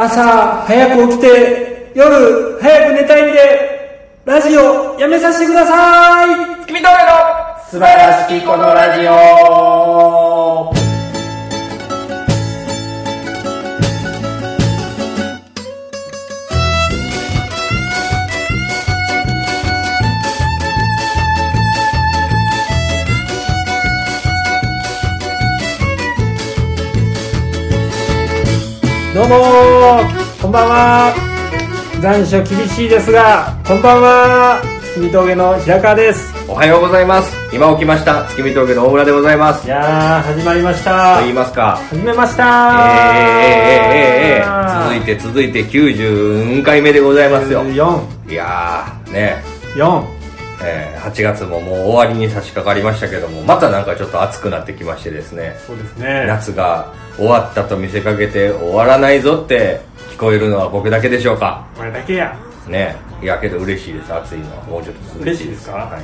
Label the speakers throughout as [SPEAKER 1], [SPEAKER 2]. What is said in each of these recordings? [SPEAKER 1] 朝早く起きて夜早く寝たいんでラジオやめさせてください
[SPEAKER 2] 月見峠の素晴らしきこのラジオ
[SPEAKER 1] どうもこんばんは残暑厳しいですがこんばんは月見峠の平川です
[SPEAKER 2] おはようございます今起きました月見峠の大村でございます
[SPEAKER 1] い
[SPEAKER 2] と
[SPEAKER 1] やー始まりました
[SPEAKER 2] 言いますか
[SPEAKER 1] 始めました
[SPEAKER 2] えー、えー、えー、えー、続いて続いて94回目でございますよいやーね
[SPEAKER 1] 444
[SPEAKER 2] えー8月ももう終わりに差し掛かりましたけどもまたなんかちょっと暑くなってきましてですね
[SPEAKER 1] そうですね
[SPEAKER 2] 夏が終わったと見せかけて終わらないぞって聞こえるのは僕だけでしょうか
[SPEAKER 1] これだけや
[SPEAKER 2] ねいやけど嬉しいです暑いのはもうちょっと涼
[SPEAKER 1] 嬉
[SPEAKER 2] し
[SPEAKER 1] し
[SPEAKER 2] い
[SPEAKER 1] い
[SPEAKER 2] で
[SPEAKER 1] ですすか
[SPEAKER 2] は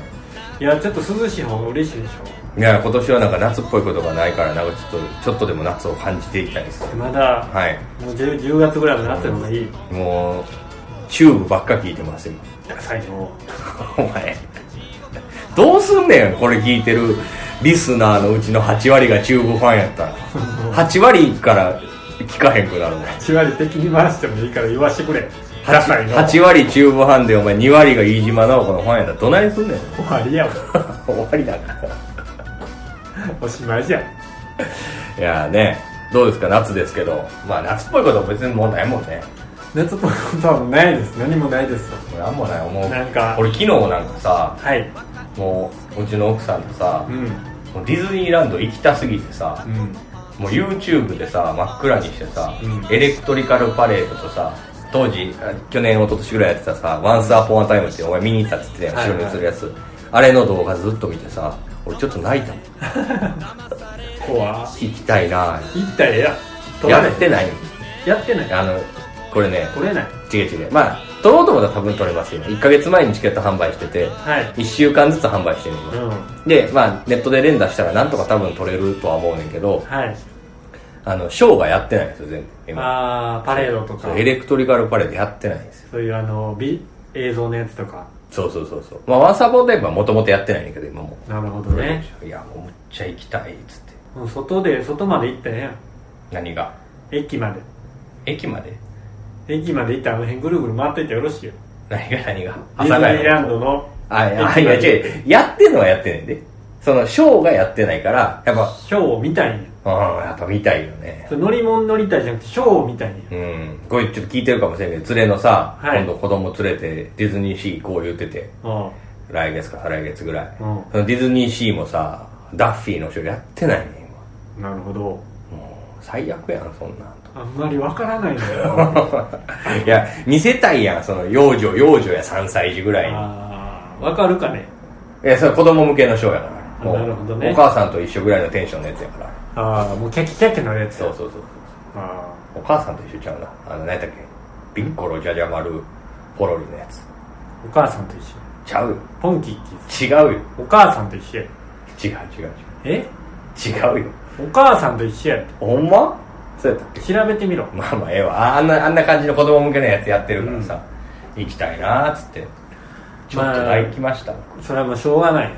[SPEAKER 2] い
[SPEAKER 1] やちょっと涼しい方が嬉しいでしょ
[SPEAKER 2] い、いや今年はなんか夏っぽいことがないからなんかちょっとちょっとでも夏を感じていきたいです
[SPEAKER 1] まだ、
[SPEAKER 2] はい
[SPEAKER 1] もう 10, 10月ぐらいまで夏の方がいい、
[SPEAKER 2] もうチューブばっか聞いてます今
[SPEAKER 1] 最後
[SPEAKER 2] お前どうすんねんこれ聞いてるリスナーのうちの8割がチューブファンやったら8割から聞かへんくなるもん
[SPEAKER 1] 1割的に回してもいいから言わしてくれダサいの
[SPEAKER 2] 8割チューブファンでお前2割が飯島直子のファンやったらどないすん ねん
[SPEAKER 1] 終わりやわ
[SPEAKER 2] 終わりだから
[SPEAKER 1] おしまいじゃん
[SPEAKER 2] いやーねどうですか夏ですけどまあ夏っぽいことは別にもうないもんね
[SPEAKER 1] 熱っぽいことはもうないです何もないです
[SPEAKER 2] 俺あんもない思う
[SPEAKER 1] なんか
[SPEAKER 2] 俺昨日なんかさ
[SPEAKER 1] はい
[SPEAKER 2] もううちの奥さんとさ、
[SPEAKER 1] うん
[SPEAKER 2] もうディズニーランド行きたすぎてさ、
[SPEAKER 1] うん
[SPEAKER 2] もう YouTube でさ真っ暗にしてさ、
[SPEAKER 1] うん
[SPEAKER 2] エレクトリカルパレードとさ当時あ去年一昨年ぐらいやってたさ「Once Upon a Time」ってお前見に行ったっつってたやん後ろに映るやつ、あれの動画ずっと見てさ俺ちょっと泣いたもん
[SPEAKER 1] 怖
[SPEAKER 2] 行きたいな
[SPEAKER 1] 一体や取ら
[SPEAKER 2] や
[SPEAKER 1] れ
[SPEAKER 2] ってない
[SPEAKER 1] やってない
[SPEAKER 2] あのこれね
[SPEAKER 1] 取れない
[SPEAKER 2] 違う違うまあ取ろうと思ったら多分取れますよ1ヶ月前にチケット販売してて、
[SPEAKER 1] はい
[SPEAKER 2] 1週間ずつ販売してるの
[SPEAKER 1] う
[SPEAKER 2] 今、
[SPEAKER 1] ん
[SPEAKER 2] でまあネットで連打したらなんとか多分取れるとは思うねんけど
[SPEAKER 1] はい
[SPEAKER 2] あのショーがやってないんですよ全部今
[SPEAKER 1] あーパレードとか
[SPEAKER 2] そうエレクトリカルパレードやってないんですよ
[SPEAKER 1] そういうあの美映像のやつとか
[SPEAKER 2] そうそうそうそうまあワンサポータイムはもともとやってないねんだけど今も
[SPEAKER 1] なるほど
[SPEAKER 2] う
[SPEAKER 1] ね
[SPEAKER 2] いやもうむっちゃ行きたいっつって
[SPEAKER 1] もう外で外まで行ったらええやん
[SPEAKER 2] 何が
[SPEAKER 1] 駅まで
[SPEAKER 2] 駅まで
[SPEAKER 1] 駅まで行ったらあの辺ぐるぐる回っといてよろしいよ
[SPEAKER 2] 何が何が
[SPEAKER 1] ディズニーラン
[SPEAKER 2] の
[SPEAKER 1] ドの
[SPEAKER 2] あい
[SPEAKER 1] 駅ま
[SPEAKER 2] や
[SPEAKER 1] で
[SPEAKER 2] いや違うやってんのはやってないんでそのショーがやってないからやっぱ
[SPEAKER 1] ショーを見たいんや
[SPEAKER 2] うん、やっぱ見たいよね
[SPEAKER 1] そ。れ乗り物乗りたいじゃなくてショーを見たいんや
[SPEAKER 2] うん。これちょっと聞いてるかもしれんけど、連れのさ、
[SPEAKER 1] はい
[SPEAKER 2] 今度子供連れてディズニーシー行こう言ってて、
[SPEAKER 1] うん
[SPEAKER 2] 来月か再来月ぐらい。
[SPEAKER 1] うん
[SPEAKER 2] そのディズニーシーもさ、ダッフィーの人やってないね、
[SPEAKER 1] なるほど
[SPEAKER 2] 今。もう、最悪やん、そん
[SPEAKER 1] あ
[SPEAKER 2] なん。
[SPEAKER 1] んまりわからないんだよ
[SPEAKER 2] いや、見せたいやん、その幼女、幼女や3歳児ぐらいに。
[SPEAKER 1] あーわかるかね
[SPEAKER 2] いや、それ子供向けのショーやから。
[SPEAKER 1] あ
[SPEAKER 2] もう
[SPEAKER 1] なるほどね
[SPEAKER 2] お母さんと一緒ぐらいのテンションのやつやから。
[SPEAKER 1] ああもうキャキキャキのやつ
[SPEAKER 2] そうそうそう。
[SPEAKER 1] あ
[SPEAKER 2] お母さんと一緒ちゃうな。あの、何やったっけビンコロジャジャマルポロリのやつ。
[SPEAKER 1] ーお母さんと一緒
[SPEAKER 2] ちゃうよ。
[SPEAKER 1] ポンキッキーズ
[SPEAKER 2] 違うよ
[SPEAKER 1] お母さんと一緒や
[SPEAKER 2] 違う違う
[SPEAKER 1] え
[SPEAKER 2] 違う違うよ
[SPEAKER 1] お母さんと一緒やって
[SPEAKER 2] ほんまそうやったっけ
[SPEAKER 1] 調べてみろ
[SPEAKER 2] まあまあええわああんなあんな感じの子供向けのやつやってるからさ、行きたいなーっつってちょっと泣きました、
[SPEAKER 1] それはもうしょうがないよ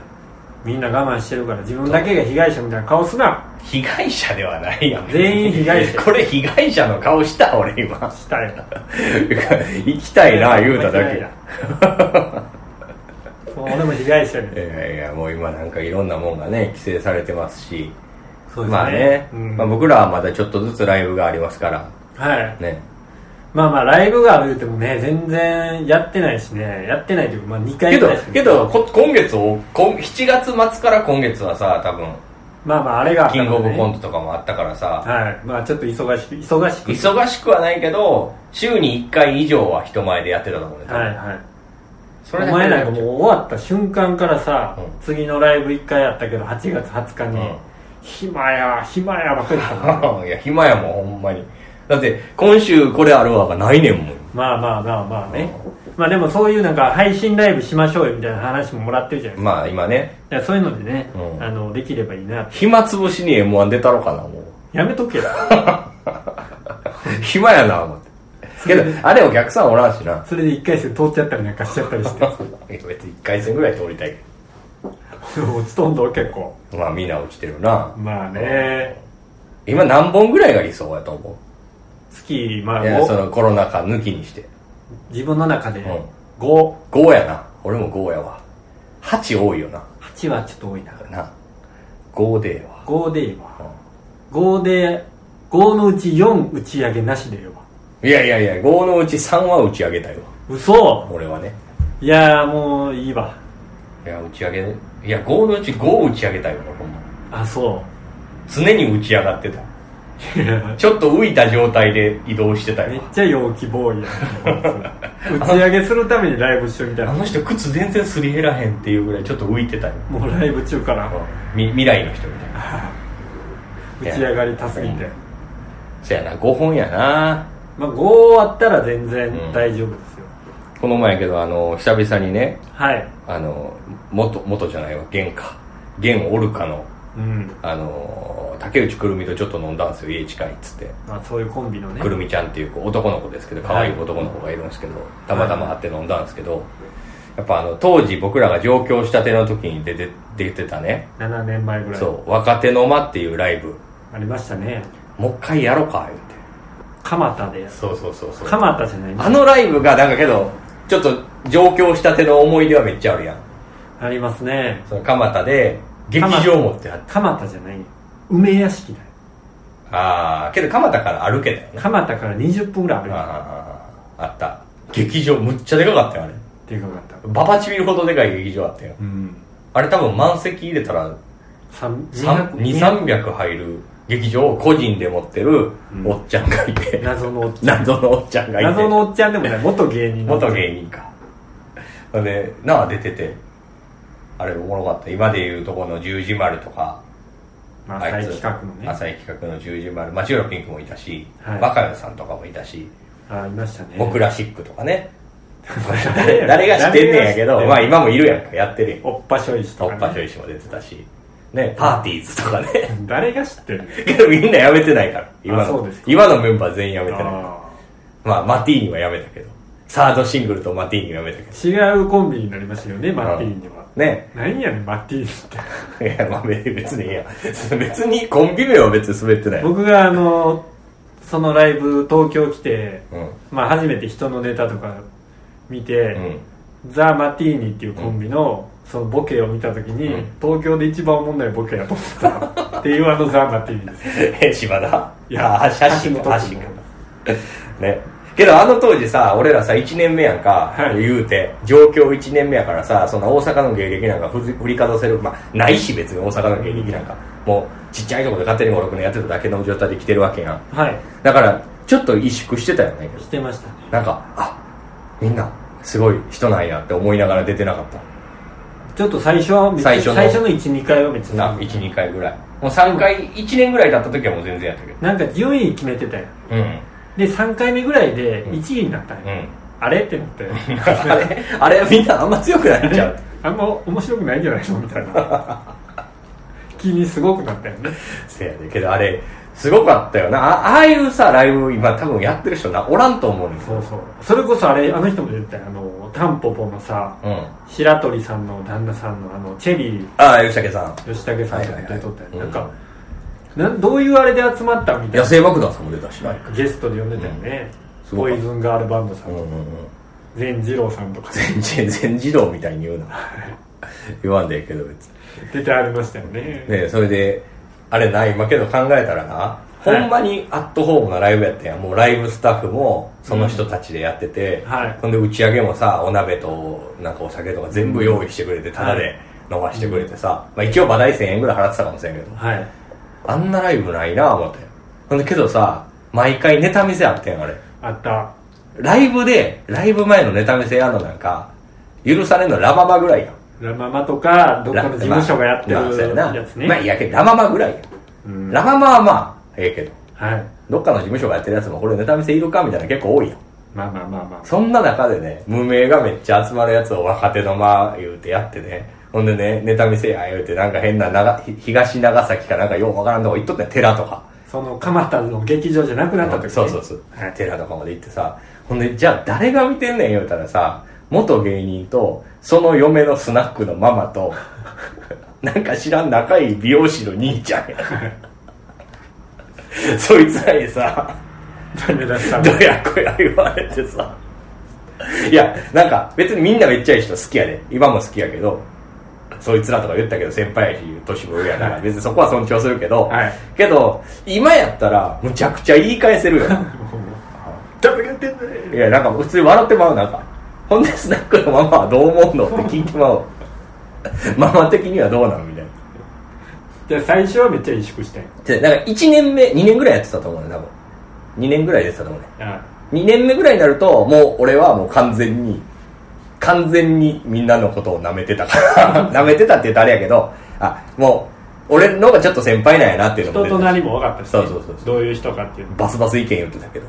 [SPEAKER 1] みんな我慢してるから自分だけが被害者みたいな顔すな
[SPEAKER 2] 被害者ではないやん
[SPEAKER 1] 全員被害者
[SPEAKER 2] これ被害者の顔した俺今
[SPEAKER 1] したよ
[SPEAKER 2] 行きたいな言うただけ
[SPEAKER 1] いや そう俺も被害者やねん
[SPEAKER 2] いやいやもう今なんかいろんなもんがね規制されてますし
[SPEAKER 1] そうですね
[SPEAKER 2] まあね、
[SPEAKER 1] うん
[SPEAKER 2] まあ、僕らはまだちょっとずつライブがありますから
[SPEAKER 1] はい
[SPEAKER 2] ね
[SPEAKER 1] まあまあライブがある言うてもね全然やってないしねやってないというか、まあ、2回
[SPEAKER 2] け
[SPEAKER 1] ぐ
[SPEAKER 2] ど
[SPEAKER 1] らいしか
[SPEAKER 2] けどこ今月をこん7月末から今月はさ多分
[SPEAKER 1] まあまああれがあった
[SPEAKER 2] キ
[SPEAKER 1] か
[SPEAKER 2] ング
[SPEAKER 1] ら
[SPEAKER 2] オ
[SPEAKER 1] ね
[SPEAKER 2] ブコントとかもあったからさ
[SPEAKER 1] はいまあちょっと忙しく忙しく
[SPEAKER 2] 忙しくはないけど週に1回以上は人前でやってたと思うね多分
[SPEAKER 1] はいはい
[SPEAKER 2] そ
[SPEAKER 1] お
[SPEAKER 2] れだけ
[SPEAKER 1] 前なんかもう終わった瞬間からさ、
[SPEAKER 2] うん
[SPEAKER 1] 次のライブ1回やったけど8月20日に、
[SPEAKER 2] うん
[SPEAKER 1] 暇や暇やばっかりだったもん
[SPEAKER 2] いや暇やもんほんまにだって今週これあるわがないねんもん
[SPEAKER 1] まあまあまあまあね、まあでもそういうなんか配信ライブしましょうよみたいな話ももらってるじゃないですか
[SPEAKER 2] まあ今ね
[SPEAKER 1] だからそういうのでね、
[SPEAKER 2] うん
[SPEAKER 1] あのできればいいな
[SPEAKER 2] 暇つぶしに m 1出たろかなもう
[SPEAKER 1] やめとけよ
[SPEAKER 2] 暇やな思ってけ どあれお客さんおらんしな
[SPEAKER 1] それで1回戦通っちゃったりなんかしちゃったりして
[SPEAKER 2] 別に1回戦ぐらい通りたいけ
[SPEAKER 1] 落ちとんど結構
[SPEAKER 2] どまあみんな落ちてるな
[SPEAKER 1] まあね
[SPEAKER 2] 今何本ぐらいが理想やと思
[SPEAKER 1] 月
[SPEAKER 2] う
[SPEAKER 1] ま
[SPEAKER 2] いやそ
[SPEAKER 1] あ
[SPEAKER 2] のコロナ禍抜きにして
[SPEAKER 1] 自分の中で
[SPEAKER 2] うん
[SPEAKER 1] 58
[SPEAKER 2] 5やな俺も5やわ8多いよな
[SPEAKER 1] はちょっと多いな
[SPEAKER 2] な5でええわ
[SPEAKER 1] 5でいいわ5で5のうち4打ち上げなしでいいわ
[SPEAKER 2] いやいやいや5のうち3は打ち上げたいわ
[SPEAKER 1] 嘘
[SPEAKER 2] 俺はね
[SPEAKER 1] いやーもういいわ
[SPEAKER 2] いや打ち上げいや5のうち5打ち上げたいわほんま
[SPEAKER 1] あそ
[SPEAKER 2] 常に打ち上がってた
[SPEAKER 1] う いや
[SPEAKER 2] ちょっと浮いた状態で移動してた
[SPEAKER 1] めっ
[SPEAKER 2] よ
[SPEAKER 1] ちゃ陽気ボーイ やん打ち上げするためにライブしようみたい
[SPEAKER 2] あ
[SPEAKER 1] な
[SPEAKER 2] の人靴全然すり減らへんっていうぐらいちょっと浮いてたよ
[SPEAKER 1] もうライブ中から
[SPEAKER 2] み未来の人みたいな
[SPEAKER 1] 打ち上がりたすぎて
[SPEAKER 2] そやな5本やな
[SPEAKER 1] まあ5あったら全然大丈夫ですよ、
[SPEAKER 2] この前やけどあの久々にね
[SPEAKER 1] はい
[SPEAKER 2] あの元元じゃないわ玄か玄オルカの
[SPEAKER 1] うん、
[SPEAKER 2] あの竹内くるみとちょっと飲んだんですよ家近いっつって
[SPEAKER 1] まあ、そういうコンビのね
[SPEAKER 2] くるみちゃんっていう子男の子ですけど可愛い男の子がいるんですけど、たまたま会って飲んだんですけどやっぱあの当時僕らが上京したての時に出て出てたね、
[SPEAKER 1] 7年前ぐらい
[SPEAKER 2] そう若手の間っていうライブ
[SPEAKER 1] ありましたね
[SPEAKER 2] もう一回やろうか言って
[SPEAKER 1] 蒲田で
[SPEAKER 2] そうそうそうそ
[SPEAKER 1] 蒲田じゃない
[SPEAKER 2] あのライブがなんかけどちょっと上京したての思い出はめっちゃあるやん
[SPEAKER 1] ありますね
[SPEAKER 2] その蒲田で劇場持ってあって
[SPEAKER 1] 蒲田じゃないよ梅屋敷だよ
[SPEAKER 2] ああけど蒲田から歩けたよね
[SPEAKER 1] 蒲田から20分ぐらい歩いた
[SPEAKER 2] あああった劇場むっちゃでかかったよあれ
[SPEAKER 1] でかかった
[SPEAKER 2] ババチビるほどでかい劇場あったよ
[SPEAKER 1] うん
[SPEAKER 2] あれ多分満席入れたら
[SPEAKER 1] 3
[SPEAKER 2] 2300入る劇場を個人で持ってる
[SPEAKER 1] うん
[SPEAKER 2] おっちゃんがいて、
[SPEAKER 1] 謎のおっちゃん
[SPEAKER 2] 謎のおっちゃんがいて
[SPEAKER 1] 謎のおっちゃんでもない元芸人の
[SPEAKER 2] 元芸人かほんでなあ出ててあれおもろかった今でいうとこの十字丸とか
[SPEAKER 1] まあ
[SPEAKER 2] あ
[SPEAKER 1] 再
[SPEAKER 2] いつ
[SPEAKER 1] 企画のね
[SPEAKER 2] 浅井企画の十字丸町浦ピンクもいたし、
[SPEAKER 1] はい
[SPEAKER 2] 若代さんとかもいたし、
[SPEAKER 1] あいましたね
[SPEAKER 2] 僕らシックとかね
[SPEAKER 1] 誰
[SPEAKER 2] 誰が知ってんねんやけど
[SPEAKER 1] 誰
[SPEAKER 2] ま
[SPEAKER 1] が知ってんねん
[SPEAKER 2] あ今もいるやんかやってるやん
[SPEAKER 1] おっぱしょいしと
[SPEAKER 2] 突
[SPEAKER 1] かね
[SPEAKER 2] 破書石も出てたしねパーティーズとかね
[SPEAKER 1] 誰が知って んねん
[SPEAKER 2] けどみんなやめてないから今
[SPEAKER 1] あそう
[SPEAKER 2] の
[SPEAKER 1] ですか
[SPEAKER 2] 今のメンバー全員やめてない
[SPEAKER 1] あ
[SPEAKER 2] まあマティーニはやめたけどサードシングルとマティーニはやめたけど
[SPEAKER 1] ー違うコンビになりましたよねマッティーンには
[SPEAKER 2] ね
[SPEAKER 1] 何やねんマッティーンって
[SPEAKER 2] いや、まあ、別にいいや。別に、コンビ名は別に滑ってない。
[SPEAKER 1] 僕があのそのライブ東京来て、
[SPEAKER 2] うん。
[SPEAKER 1] まあ、初めて人のネタとか見て、
[SPEAKER 2] うん。
[SPEAKER 1] ザ・マティーニっていうコンビの、そのボケを見た時に、
[SPEAKER 2] うん
[SPEAKER 1] 東京で一番おもんないボケやと思ったっていうあのザ・マティーニ です
[SPEAKER 2] え、島田
[SPEAKER 1] いや
[SPEAKER 2] あ写真か、
[SPEAKER 1] 写
[SPEAKER 2] 写
[SPEAKER 1] 真
[SPEAKER 2] 真
[SPEAKER 1] の
[SPEAKER 2] か。ね。けど、あの当時さ、俺らさ、1年目やんか、
[SPEAKER 1] はい
[SPEAKER 2] 言うて、上京1年目やからさ、そんな大阪の芸歴なんかふず振りかざせる、まあ、ないし別に大阪の芸歴なんか。もう、ちっちゃいとこで勝手に5、6年やってただけの状態で来てるわけやん。
[SPEAKER 1] はい
[SPEAKER 2] だから、ちょっと萎縮してたよね。
[SPEAKER 1] してましたね
[SPEAKER 2] なんか、あ、みんな、すごい人なんやって思いながら出てなかった。
[SPEAKER 1] ちょっと最初はめっちゃ
[SPEAKER 2] 最初の
[SPEAKER 1] 最初の12回はめっち
[SPEAKER 2] な
[SPEAKER 1] ゃ
[SPEAKER 2] 12回ぐらいもう3回1年ぐらい経った時はもう全然やったけど
[SPEAKER 1] なんか順位決めてたよ
[SPEAKER 2] うん
[SPEAKER 1] で3回目ぐらいで
[SPEAKER 2] うん
[SPEAKER 1] 1位になったよ、
[SPEAKER 2] うん
[SPEAKER 1] あれってなって
[SPEAKER 2] あれあれみんなあんま強くないんちゃう
[SPEAKER 1] あんま面白くないんじゃないのみたいな 気にすごくなったよね
[SPEAKER 2] せやでけどあれすごかったよなあああいうさライブ今多分やってる人なおらんと思うねん
[SPEAKER 1] そうそうそれこそあれあの人も出てたよあのタンポポのさ
[SPEAKER 2] うんあ
[SPEAKER 1] 白鳥さんの旦那さんのあのチェリー
[SPEAKER 2] あ吉武さん
[SPEAKER 1] 吉武さんとか出とったよ、
[SPEAKER 2] は
[SPEAKER 1] な
[SPEAKER 2] いはいはい
[SPEAKER 1] んか、なんどういうあれで集まったみたい
[SPEAKER 2] 野
[SPEAKER 1] な
[SPEAKER 2] 生爆弾さんも出たし
[SPEAKER 1] なんかゲストで呼んでたよね、
[SPEAKER 2] すご
[SPEAKER 1] ポ
[SPEAKER 2] い
[SPEAKER 1] イズンガールバンドさ
[SPEAKER 2] うん
[SPEAKER 1] ん
[SPEAKER 2] うんうん
[SPEAKER 1] 善次郎さんとか
[SPEAKER 2] 全然全自動みたいに言うな言わんでええけど別に
[SPEAKER 1] 出てありましたよね
[SPEAKER 2] ねそれであれないまけど考えたらなほんまにアットホームなライブやったんやもうライブスタッフもその人たちでやってて、
[SPEAKER 1] うんはい
[SPEAKER 2] ほんで打ち上げもさお鍋となんかお酒とか全部用意してくれてタダ
[SPEAKER 1] は
[SPEAKER 2] で
[SPEAKER 1] い
[SPEAKER 2] 飲ましてくれてさ、まあ、一応場代1000円ぐらい払ってたかもしれんけど
[SPEAKER 1] はい
[SPEAKER 2] あんなライブないな思ってほんでけどさ毎回ネタ見せあってんあれ
[SPEAKER 1] あった
[SPEAKER 2] ライブでライブ前のネタ見せやんのなんか許されんのラママぐらいやん
[SPEAKER 1] ラ・ママとかどっかの事務所がやって
[SPEAKER 2] ラまあそう
[SPEAKER 1] る
[SPEAKER 2] な
[SPEAKER 1] やつね、
[SPEAKER 2] まあいいやけどラママぐらいやん
[SPEAKER 1] うん
[SPEAKER 2] ラママはまあ、ええけど、
[SPEAKER 1] はい
[SPEAKER 2] どっかの事務所がやってるやつも、これネタ見せいるかみたいな結構多いやん。
[SPEAKER 1] まあまあまあまあ
[SPEAKER 2] そんな中でね、無名がめっちゃ集まるやつを若手の間言うてやってね、ほんでね、ネタ見せや言うて、なんか変な長、ひ東長崎かなんかようわからんとこ行っとってん寺とか。
[SPEAKER 1] その蒲田の劇場じゃなくなった時、ね、
[SPEAKER 2] そうそうそう
[SPEAKER 1] はい
[SPEAKER 2] 寺とかまで行ってさほんでじゃあ誰が見てんねん言うたらさ元芸人とその嫁のスナックのママと なんか知らん仲いい美容師の兄ちゃんや そいつらにさ
[SPEAKER 1] ダメだった
[SPEAKER 2] どやこや言われてさいやなんか別にみんなめっちゃいい人好きやで今も好きやけどそいつらとか言ったけど先輩やし年も上やから別にそこは尊重するけど、
[SPEAKER 1] はい
[SPEAKER 2] けど今やったらむちゃくちゃ言い返せるよ
[SPEAKER 1] 誰がやってんだよ
[SPEAKER 2] いやなんか普通に笑ってまうなんかほんでスナックのママはどう思うのって聞いてまう ママ的にはどうなのみたいな
[SPEAKER 1] で最初はめっちゃ萎縮したんよ
[SPEAKER 2] でなんか1年目2年ぐらいやってたと思うね多分2年ぐらいやってたと思うね
[SPEAKER 1] あ
[SPEAKER 2] 2年目ぐらいになるともう俺はもう完全に完全にみんなのことを舐めてたから 舐めてたって言うとあれやけどあもう俺の方がちょっと先輩なんやなっていうのも
[SPEAKER 1] 人と
[SPEAKER 2] 出てた
[SPEAKER 1] なりも分かったしね、
[SPEAKER 2] そうそうそうそう
[SPEAKER 1] どういう人かっていうの
[SPEAKER 2] バスバス意見言ってたけど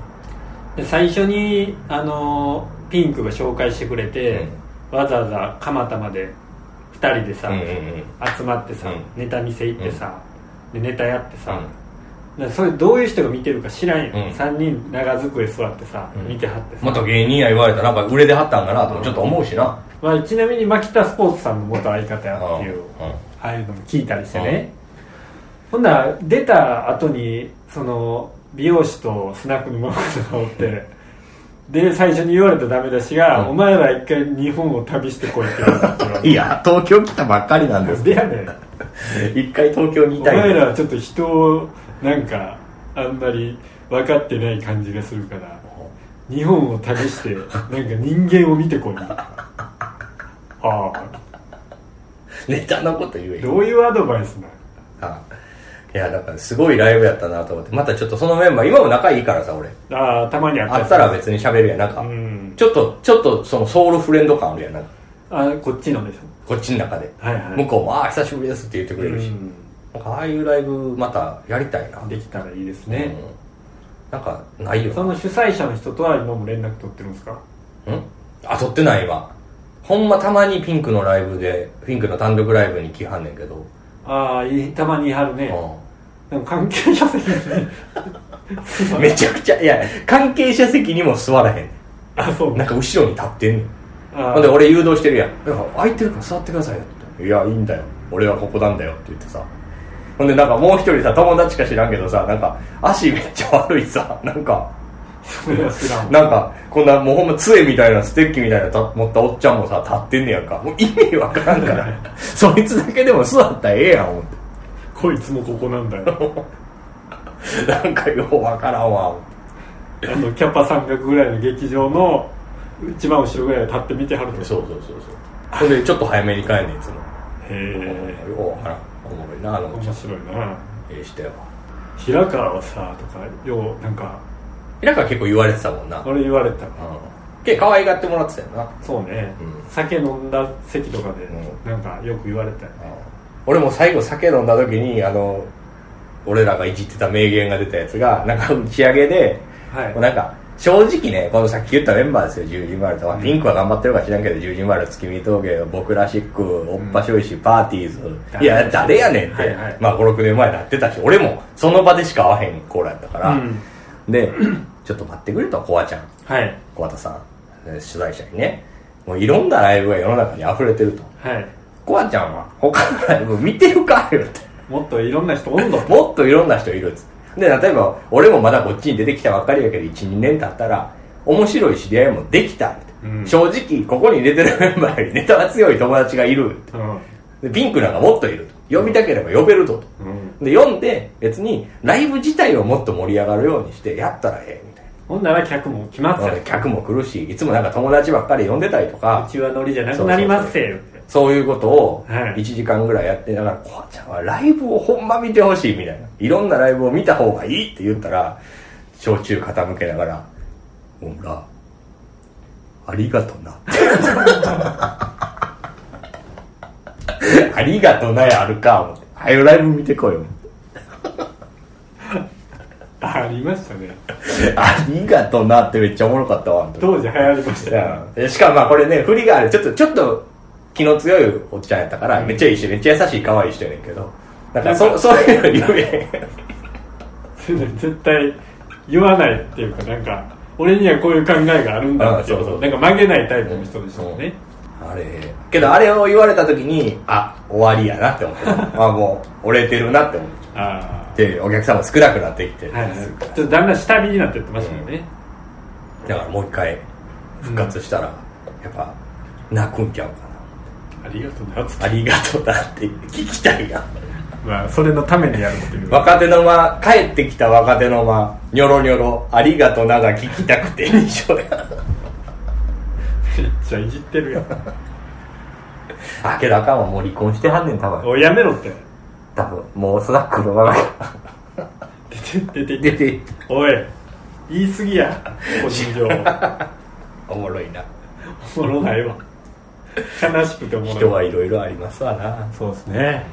[SPEAKER 1] で最初にあのーピンクが紹介してくれて、わざわざ蒲田まで2人でさ、
[SPEAKER 2] うんうんうん
[SPEAKER 1] 集まってさ、
[SPEAKER 2] うん
[SPEAKER 1] ネタ見せ行ってさ、でネタやってさ
[SPEAKER 2] うん、
[SPEAKER 1] でそれどういう人が見てるか知らんよ、
[SPEAKER 2] うん
[SPEAKER 1] 3人長机座ってさ、
[SPEAKER 2] うん
[SPEAKER 1] 見てはってさ、
[SPEAKER 2] 元芸人や言われたらなんか売れてはったんかなともちょっと思うしな
[SPEAKER 1] まあ、ちなみに牧田スポーツさんの元相方や
[SPEAKER 2] うん
[SPEAKER 1] っていう、
[SPEAKER 2] うん
[SPEAKER 1] ああいうのも聞いたりしてね、ほんなら出た後にその美容師とスナックのママがお ってで最初に言われたダメ出しが、
[SPEAKER 2] うん
[SPEAKER 1] お前ら一回日本を旅してこい」って言われたって言われて
[SPEAKER 2] いや東京来たばっかりなんです
[SPEAKER 1] でやねん
[SPEAKER 2] 一回東京にい
[SPEAKER 1] お
[SPEAKER 2] たい
[SPEAKER 1] 前らはちょっと人をなんかあんまり分かってない感じがするから日本を旅してなんか人間を見 てこいはあ
[SPEAKER 2] ネタのこと言え
[SPEAKER 1] どういうアドバイスなの
[SPEAKER 2] あいやだからすごいライブやったなと思ってまたちょっとそのメンバー今も仲いいからさ俺
[SPEAKER 1] ああたまにあった
[SPEAKER 2] あったら別に喋るやんなんか、
[SPEAKER 1] うん
[SPEAKER 2] ちょっとちょっとそのソウルフレンド感あるやんなんか
[SPEAKER 1] あこっちのでし
[SPEAKER 2] こっちの中で、
[SPEAKER 1] ょはいはい
[SPEAKER 2] 向こうも「ああ久しぶりです」って言ってくれるし、
[SPEAKER 1] う
[SPEAKER 2] なんかああいうライブまたやりたいなん
[SPEAKER 1] できたらいいですね、
[SPEAKER 2] うんなんかないよ
[SPEAKER 1] その主催者の人とは今も連絡取ってるんですか
[SPEAKER 2] んあ撮ってない今ほんまたまにピンクのライブでピンクの単独ライブに来はんねんけど、
[SPEAKER 1] ああいいたまにはるね
[SPEAKER 2] うん
[SPEAKER 1] でも関係者席に
[SPEAKER 2] めちゃくちゃいや関係者席にも座らへんね
[SPEAKER 1] あそうん
[SPEAKER 2] なんか後ろに立ってんねん
[SPEAKER 1] あ
[SPEAKER 2] ほんで俺誘導してるやん「いや空いてるから座ってくださいよ」って「いやいいんだよ俺はここなんだよ」って言ってさほんでなんかもう一人さ友達か知らんけどさなんか足めっちゃ悪いさ なんか
[SPEAKER 1] それは知らん
[SPEAKER 2] なんかこんなもうほんま杖みたいなステッキみたいなた持ったおっちゃんもさ立ってんねやんかもう意味わからんから そいつだけでも座ったらええやん思って
[SPEAKER 1] こいつもここなんだよ
[SPEAKER 2] なんかようわからんわ思って
[SPEAKER 1] あのキャパ3角ぐらいの劇場の一番後ろぐらいで立って見てはると
[SPEAKER 2] そうそうそうそうほんでちょっと早めに帰んねんいつも
[SPEAKER 1] へえ
[SPEAKER 2] ようわからんおもろいなあのおっちゃ
[SPEAKER 1] 面
[SPEAKER 2] ん
[SPEAKER 1] 白いな
[SPEAKER 2] ええ人やわ
[SPEAKER 1] 平川はさとかようなんか
[SPEAKER 2] 平川結構言われてたもんな
[SPEAKER 1] 俺言われたわ
[SPEAKER 2] け可愛がってもらってたよな、
[SPEAKER 1] そうね、
[SPEAKER 2] うん
[SPEAKER 1] 酒飲んだ席とかで
[SPEAKER 2] う
[SPEAKER 1] なんかよく言われたよ
[SPEAKER 2] 俺も最後酒飲んだ時にあの俺らがいじってた名言が出たやつがなんか打ち上げで、
[SPEAKER 1] はい
[SPEAKER 2] なんか正直ねこのさっき言ったメンバーですよ十字丸と、
[SPEAKER 1] ん
[SPEAKER 2] ピンクは頑張ってるか知らんけど十字丸月見峠僕らしくおっぱしょいし、パーティーズ
[SPEAKER 1] 誰
[SPEAKER 2] いや誰やねんって、
[SPEAKER 1] はいはい
[SPEAKER 2] まあ56年前なってたし俺もその場でしか会わへんコーラやったから、
[SPEAKER 1] うん
[SPEAKER 2] でちょっと待ってくれとコアちゃん
[SPEAKER 1] はい
[SPEAKER 2] 小畑さんえー取材者にねもういろんなライブが世の中に溢れてると
[SPEAKER 1] はい
[SPEAKER 2] コアちゃんは他のライブ見てるかよって
[SPEAKER 1] もっといろんな人お んの
[SPEAKER 2] もっといろんな人いるっつってで例えば俺もまだこっちに出てきたばっかりやけど12年経ったら面白い知り合いもできたって、
[SPEAKER 1] うん
[SPEAKER 2] 正直ここに出てるメンバーよりネタが強い友達がいるって
[SPEAKER 1] うん
[SPEAKER 2] でピンクなんかもっといると呼びたければ呼べるぞと
[SPEAKER 1] うん
[SPEAKER 2] で読んで別にライブ自体をもっと盛り上がるようにしてやったらええみたい
[SPEAKER 1] ほんなら客も来ます
[SPEAKER 2] な
[SPEAKER 1] よ
[SPEAKER 2] で客も来るしいつもなんか友達ばっかり呼んでたりとか
[SPEAKER 1] うちはノリじゃなくなりますせよって
[SPEAKER 2] そういうことを
[SPEAKER 1] はい
[SPEAKER 2] 1時間ぐらいやってだから、こうちゃんはライブをほんま見てほしいみたいな。いろんなライブを見た方がいいって言ったら、焼酎傾けながら、ほら、ありがとな。 ありがとなやあるか、思って。あいうライブ見てこいよ。
[SPEAKER 1] あありましたね
[SPEAKER 2] ありがとなってめっちゃおもろかったわ、あの時
[SPEAKER 1] 当時流行りまし
[SPEAKER 2] い
[SPEAKER 1] たよ
[SPEAKER 2] やでしかもまあこれね振りがあるちょっとちょっと気の強いおっちゃんやったから、めっちゃいいしめっちゃ優しい可愛い人やねんけどだからそそういうの言え
[SPEAKER 1] そういうの絶対言わないっていうかなんか俺にはこういう考えがあるんだってい
[SPEAKER 2] あそうそう
[SPEAKER 1] うなんか曲げないタイプの人でしたもんね、
[SPEAKER 2] あれけどあれを言われた時にあ終わりやなって思って あもう折れてるなって思っ
[SPEAKER 1] あ
[SPEAKER 2] てでお客さんも少なくなってきて、
[SPEAKER 1] あはいはいちょっとだんだん下火になってってましたもんね、
[SPEAKER 2] だからもう一回復活したら、やっぱ泣くんちゃうか
[SPEAKER 1] ありがとうなつって
[SPEAKER 2] なありがとうだって聞きたいな
[SPEAKER 1] まあそれのためにやるっていう
[SPEAKER 2] 若手の間帰ってきた若手の間ニョロニョロありがとうなが聞きたくて一緒や
[SPEAKER 1] めっちゃいじってるやん
[SPEAKER 2] あけどあかんわもう離婚してはんねん多分
[SPEAKER 1] おいやめろって
[SPEAKER 2] 多分もうスナックのまま
[SPEAKER 1] 出て出て
[SPEAKER 2] 出て
[SPEAKER 1] おい言い過ぎや個人情
[SPEAKER 2] おもろいな
[SPEAKER 1] おもろないわ悲しくておもろい
[SPEAKER 2] 人はいろいろありますわな
[SPEAKER 1] そうですね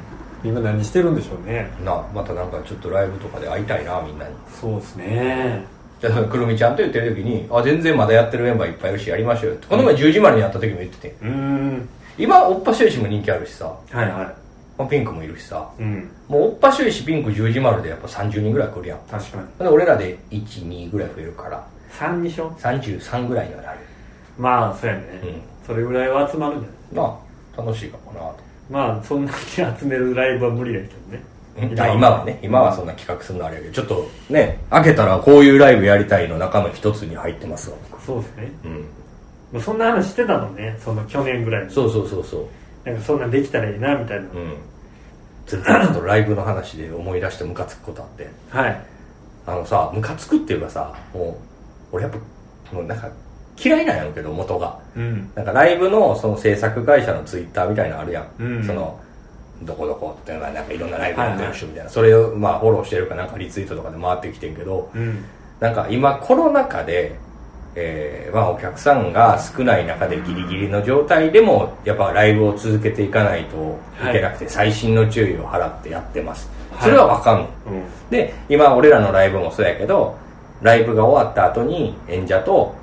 [SPEAKER 1] 今何してるんでしょうね
[SPEAKER 2] なまたなんかちょっとライブとかで会いたいなみんなに
[SPEAKER 1] そうですね
[SPEAKER 2] だからくるみちゃんと言ってる時にあ全然まだやってるメンバーいっぱいいるしやりましょうよってこの前10時までにやった時も言ってて
[SPEAKER 1] うーん
[SPEAKER 2] 今おっぱしゅうしも人気あるしさ
[SPEAKER 1] はいは
[SPEAKER 2] まあピンクもいるしさ
[SPEAKER 1] いうん
[SPEAKER 2] もうおっぱしゅうしピンク10時まででやっぱ30人ぐらい来るやん
[SPEAKER 1] 確かに
[SPEAKER 2] ほんで俺らで12ぐらい増えるから
[SPEAKER 1] 3にしよ
[SPEAKER 2] 33ぐらいにはなる
[SPEAKER 1] うまあそうやね、
[SPEAKER 2] うん
[SPEAKER 1] それぐらいは集まるんじゃない
[SPEAKER 2] なあ楽しいかもなと
[SPEAKER 1] まあそんなに集めるライブは無理やけどね
[SPEAKER 2] あ今はね今はそんな企画するのあれやけどちょっとね開けたらこういうライブやりたいの中の一つに入ってますわ僕
[SPEAKER 1] そうですね
[SPEAKER 2] うん
[SPEAKER 1] まあそんな話してたのねその去年ぐらいに
[SPEAKER 2] そうそうそうそう
[SPEAKER 1] なんかそんなんできたらいいなみたいな、
[SPEAKER 2] うんちょっとライブの話で思い出してムカつくことあって
[SPEAKER 1] はい
[SPEAKER 2] あのさムカつくっていうかさもう俺やっぱもうなんか嫌いなんやろうけど元が
[SPEAKER 1] うん
[SPEAKER 2] なんかライブのその制作会社のツイッターみたいなのあるやん、
[SPEAKER 1] うん
[SPEAKER 2] そのどこどこってなんかなんかいろんなライブやってる人みたいな、それをまあフォローしてるかなんかリツイートとかで回ってきてんけど
[SPEAKER 1] うん
[SPEAKER 2] なんか今コロナ禍で、えーまあ、お客さんが少ない中でギリギリの状態でもやっぱライブを続けていかないといけなくて、細心の注意を払ってやってます、
[SPEAKER 1] はい
[SPEAKER 2] それはわかんの
[SPEAKER 1] うん
[SPEAKER 2] で今俺らのライブもそうやけどライブが終わった後に演者と,、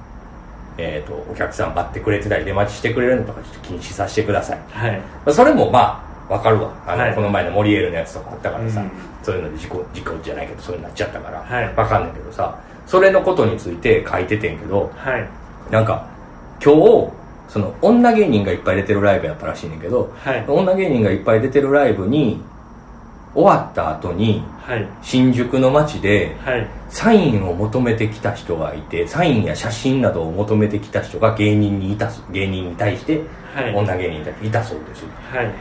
[SPEAKER 2] えー、とお客さん待ってくれてたり出待ちしてくれるのとかちょっと禁止させてください
[SPEAKER 1] はい
[SPEAKER 2] まあそれもまあわかるわあの、
[SPEAKER 1] はい
[SPEAKER 2] この前のモリエールのやつとかあったからさ、
[SPEAKER 1] うん
[SPEAKER 2] そういうので事故事故じゃないけどそういうのになっちゃったから、
[SPEAKER 1] はい
[SPEAKER 2] わかんないけどさそれのことについて書いててんけど
[SPEAKER 1] はい
[SPEAKER 2] なんか今日その女芸人がいっぱい出てるライブやったらしいねんけど
[SPEAKER 1] はい
[SPEAKER 2] 女芸人がいっぱい出てるライブに終わった後に
[SPEAKER 1] はい
[SPEAKER 2] 新宿の街で
[SPEAKER 1] はい
[SPEAKER 2] サインを求めてきた人がいてサインや写真などを求めてきた人が芸人にいたそう芸人に対して、
[SPEAKER 1] はい
[SPEAKER 2] 女芸人に対していたそうです
[SPEAKER 1] はい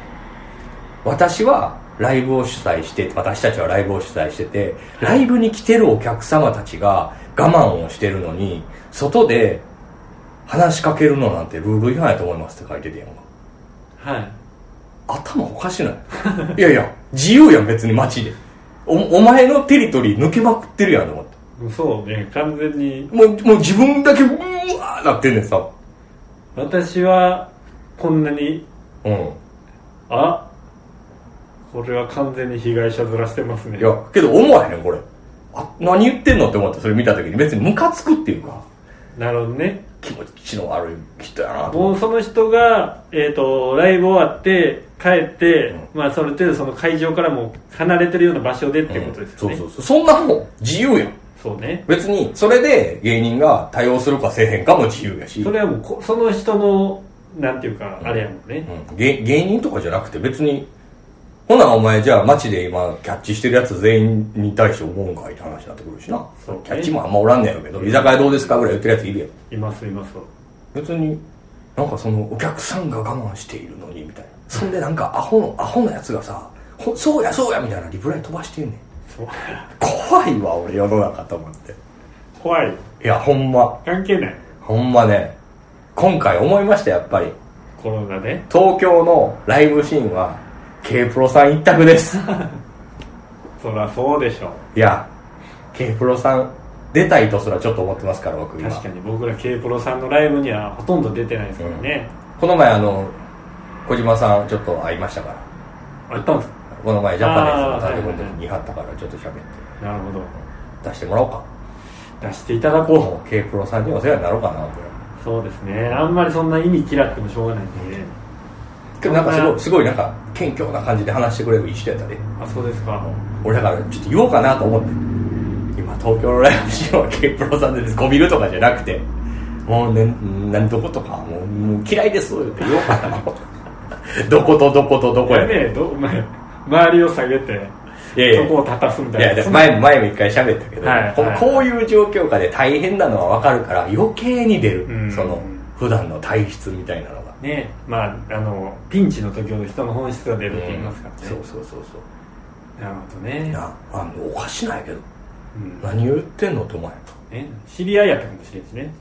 [SPEAKER 2] 私はライブを主催して私たちはライブを主催しててライブに来てるお客様たちが我慢をしてるのに外で話しかけるのなんてルール違反やと思いますって書いててやんか
[SPEAKER 1] はい
[SPEAKER 2] 頭おかしないいやいや自由やん別に街でおお前のテリトリー抜けまくってるやんと思って
[SPEAKER 1] そうね完全に
[SPEAKER 2] もうもう自分だけうーわーなってんねんさ
[SPEAKER 1] 私はこんなに
[SPEAKER 2] うん
[SPEAKER 1] あこれは完全に被害者ずらしてますね
[SPEAKER 2] いやけど思わへんこれあ何言ってんのって思ってそれ見た時に別にムカつくっていうか
[SPEAKER 1] なるほどね
[SPEAKER 2] 気持ちの悪い人やなと思って
[SPEAKER 1] もうその人が、えー、とライブ終わって帰って、まあその程度その会場からも離れてるような場所でっていうことですよね、
[SPEAKER 2] そうそうそうそんなもん自由やん
[SPEAKER 1] そうね
[SPEAKER 2] 別にそれで芸人が対応するかせえへんかも自由やし、
[SPEAKER 1] それはもうこその人のなんていうか
[SPEAKER 2] ん
[SPEAKER 1] あれやもんね、
[SPEAKER 2] うん、芸芸人とかじゃなくて別にほなお前じゃあ街で今キャッチしてるやつ全員に対して思うんかいって話になってくるしな
[SPEAKER 1] そうね
[SPEAKER 2] キャッチもあんまおらんねやろけど居酒屋どうですかぐらい言ってるやついるやん
[SPEAKER 1] いますいます
[SPEAKER 2] 別になんかそのお客さんが我慢しているのにみたいなそんでなんかアホのアホなやつがさほそうやそうやみたいなリプライ飛ばしてんねん
[SPEAKER 1] そう
[SPEAKER 2] 怖いわ俺世の中と思って
[SPEAKER 1] 怖い
[SPEAKER 2] いやほんま
[SPEAKER 1] 関係ない
[SPEAKER 2] ほんまね、今回思いました、やっぱり。
[SPEAKER 1] コロナね
[SPEAKER 2] 東京のライブシーンは、K プロさん一 択です。
[SPEAKER 1] そらそうでしょ
[SPEAKER 2] いや、K プロさん出たいとすらちょっと思ってますから、僕
[SPEAKER 1] う
[SPEAKER 2] 今。
[SPEAKER 1] 確かに僕ら k プロさんのライブにはほとんど出てないですからね、
[SPEAKER 2] この前あの、小島さんちょっと会いましたから。
[SPEAKER 1] あったんですか
[SPEAKER 2] この前ジャパネーズの
[SPEAKER 1] あー
[SPEAKER 2] 建物に貼ったから、ちょっと喋って。
[SPEAKER 1] なるほど
[SPEAKER 2] 出してもらおうか。
[SPEAKER 1] 出していただこ
[SPEAKER 2] もう K プロさんにお世話になろうかな、僕ら。
[SPEAKER 1] うそうですねあんまりそんな意味嫌ってもしょうがないんで、
[SPEAKER 2] けどなんかすごい、すごいなんか、謙虚な感じで話してくれるいい人やったで。
[SPEAKER 1] あそうですか
[SPEAKER 2] 俺だからちょっと言おうかなと思って。東京のライブしようは K プロさんでですこびるとかじゃなくてもうねなんどことかもうもう嫌いですって言おうかなどこと どことどこや
[SPEAKER 1] や
[SPEAKER 2] ねん
[SPEAKER 1] めえどお前周りを下げて
[SPEAKER 2] いやいや
[SPEAKER 1] そこを立たすみた
[SPEAKER 2] いや
[SPEAKER 1] いな
[SPEAKER 2] で前も前も一回喋ったけど、
[SPEAKER 1] はい
[SPEAKER 2] こ
[SPEAKER 1] はい
[SPEAKER 2] こういう状況下で大変なのは分かるから余計に出る、
[SPEAKER 1] うん
[SPEAKER 2] その普段の体質みたいなのが、
[SPEAKER 1] ねまああのピンチの時ほど人の本質が出るって言いますからね、
[SPEAKER 2] そうそうそうそう
[SPEAKER 1] なるほどね
[SPEAKER 2] なあのおかしないけど
[SPEAKER 1] うん
[SPEAKER 2] 何を言ってんのってお前
[SPEAKER 1] ね知り合いやったかもしれんしね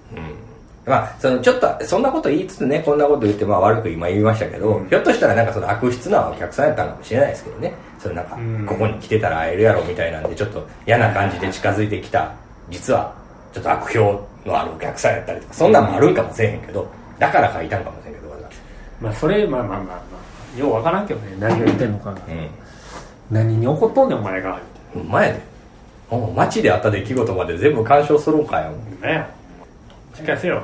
[SPEAKER 2] まあ、そのちょっとそんなこと言いつつねこんなこと言ってまあ悪く今言いましたけど、
[SPEAKER 1] うん
[SPEAKER 2] ひょっとしたらなんかその悪質なお客さんやったのかもしれないですけどねそのなんか、
[SPEAKER 1] うん
[SPEAKER 2] ここに来てたら会えるやろみたいなんでちょっと嫌な感じで近づいてきた実はちょっと悪評のあるお客さんやったりとかそんなんもあるんかもしれへんけどだから書いたんかもしれんけど俺が
[SPEAKER 1] まあそれまあまあまあまあようわからんけどね何を言ってんのかな
[SPEAKER 2] うん
[SPEAKER 1] 何に怒っとんねんお前がみ
[SPEAKER 2] ほんまやでお前街であった出来事まで全部干渉するんかよ
[SPEAKER 1] たいなねしっかりせよ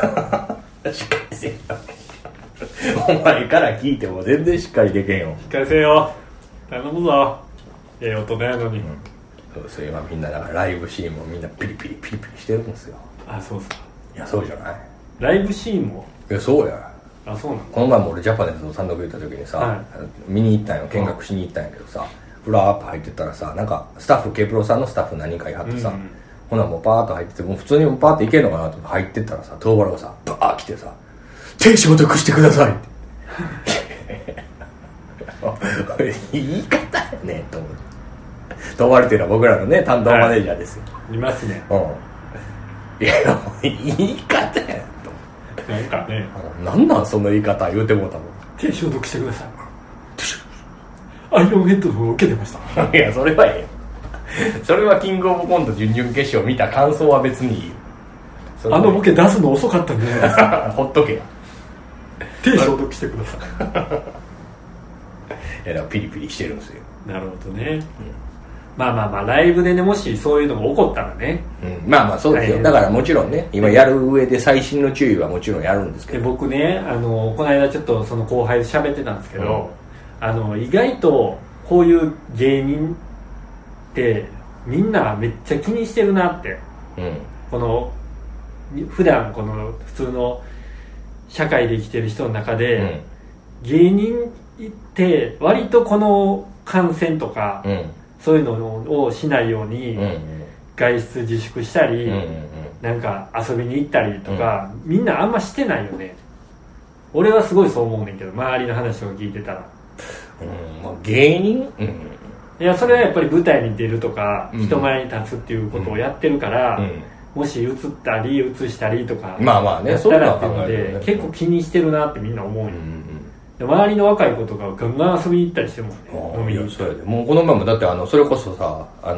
[SPEAKER 2] しっかりせよ お前から聞いても全然しっかりでけんよ
[SPEAKER 1] しっかりせよ頼むぞええ大人やのに、
[SPEAKER 2] そうですよ今みんなだからライブシーンもみんなピリピリピリピリしてるんですよ
[SPEAKER 1] あそうそう
[SPEAKER 2] いやそうじゃない
[SPEAKER 1] ライブシーンも
[SPEAKER 2] いやそうや
[SPEAKER 1] あそうなんだ
[SPEAKER 2] この前も俺ジャパネスの単独行った時にさ、
[SPEAKER 1] はい
[SPEAKER 2] あの見に行ったんよ見学しに行ったんやけどさフラーッと入ってったらさなんかスタッフ K プロさんのスタッフ何人かいはってさ、
[SPEAKER 1] うんうん
[SPEAKER 2] ほなもうパーッと入っててもう普通にパーッと行けんのかなと思って入ってったらさ東原がさバーッ来てさ「手消毒してください」って 言い方やねと思って東原っていうのは僕らのね担当マネージャーですよ、
[SPEAKER 1] いますね
[SPEAKER 2] うん。いや、言い方やと。
[SPEAKER 1] なんかね
[SPEAKER 2] なんなんその言い方言うてもうたも
[SPEAKER 1] 手消毒してくださいアイロンヘッドを受けてました
[SPEAKER 2] ん。いや、それはええよ。それはキングオブコント準々決勝見た感想は別にいいよ。それは
[SPEAKER 1] あのボケ出すの遅かったんじゃないですか
[SPEAKER 2] ほっとけや。
[SPEAKER 1] 手消毒してくださ
[SPEAKER 2] いや、だからピリピリしてるんですよ。
[SPEAKER 1] いなるほどね、まあまあまあライブでねもしそういうのが起こったらね
[SPEAKER 2] うん、まあまあそうです
[SPEAKER 1] は
[SPEAKER 2] よ。
[SPEAKER 1] い
[SPEAKER 2] だからもちろんね、今やる上で最新の注意はもちろんやるんですけ
[SPEAKER 1] で
[SPEAKER 2] ど。
[SPEAKER 1] 僕ねあのこの間ちょっとその後輩と喋ってたんですけど、あの意外とこういう芸人ってみんなめっちゃ気にしてるなって
[SPEAKER 2] うん。
[SPEAKER 1] このに普段この普通の社会で生きてる人の中で、
[SPEAKER 2] うん。
[SPEAKER 1] 芸人って割とこの感染とか、
[SPEAKER 2] うん。
[SPEAKER 1] そういうのをしないように
[SPEAKER 2] うん。うん。
[SPEAKER 1] 外出自粛したり、
[SPEAKER 2] うん。うん。
[SPEAKER 1] なんか遊びに行ったりとか、みんなあんましてないよね俺はすごいそう思うねんけど周りの話を聞いてたら
[SPEAKER 2] うんまあ芸人うん。
[SPEAKER 1] いやそれはやっぱり舞台に出るとか、
[SPEAKER 2] うん
[SPEAKER 1] 人前に立つっていうことをやってるから、もし映ったり映したりとか、
[SPEAKER 2] うん。まあまあね、
[SPEAKER 1] やっ
[SPEAKER 2] そう
[SPEAKER 1] た
[SPEAKER 2] いうの
[SPEAKER 1] ら
[SPEAKER 2] は
[SPEAKER 1] っていうの
[SPEAKER 2] 考える
[SPEAKER 1] で、
[SPEAKER 2] よね
[SPEAKER 1] 結構気にしてるなってみんな思うよ、
[SPEAKER 2] うんうんうん。
[SPEAKER 1] で周りの若い子とかガンガン遊びに行ったりしてるもんね
[SPEAKER 2] あ
[SPEAKER 1] 飲
[SPEAKER 2] あ
[SPEAKER 1] みに
[SPEAKER 2] いや
[SPEAKER 1] 行っ
[SPEAKER 2] そうやでもうこの前もだってあのそれこそさあ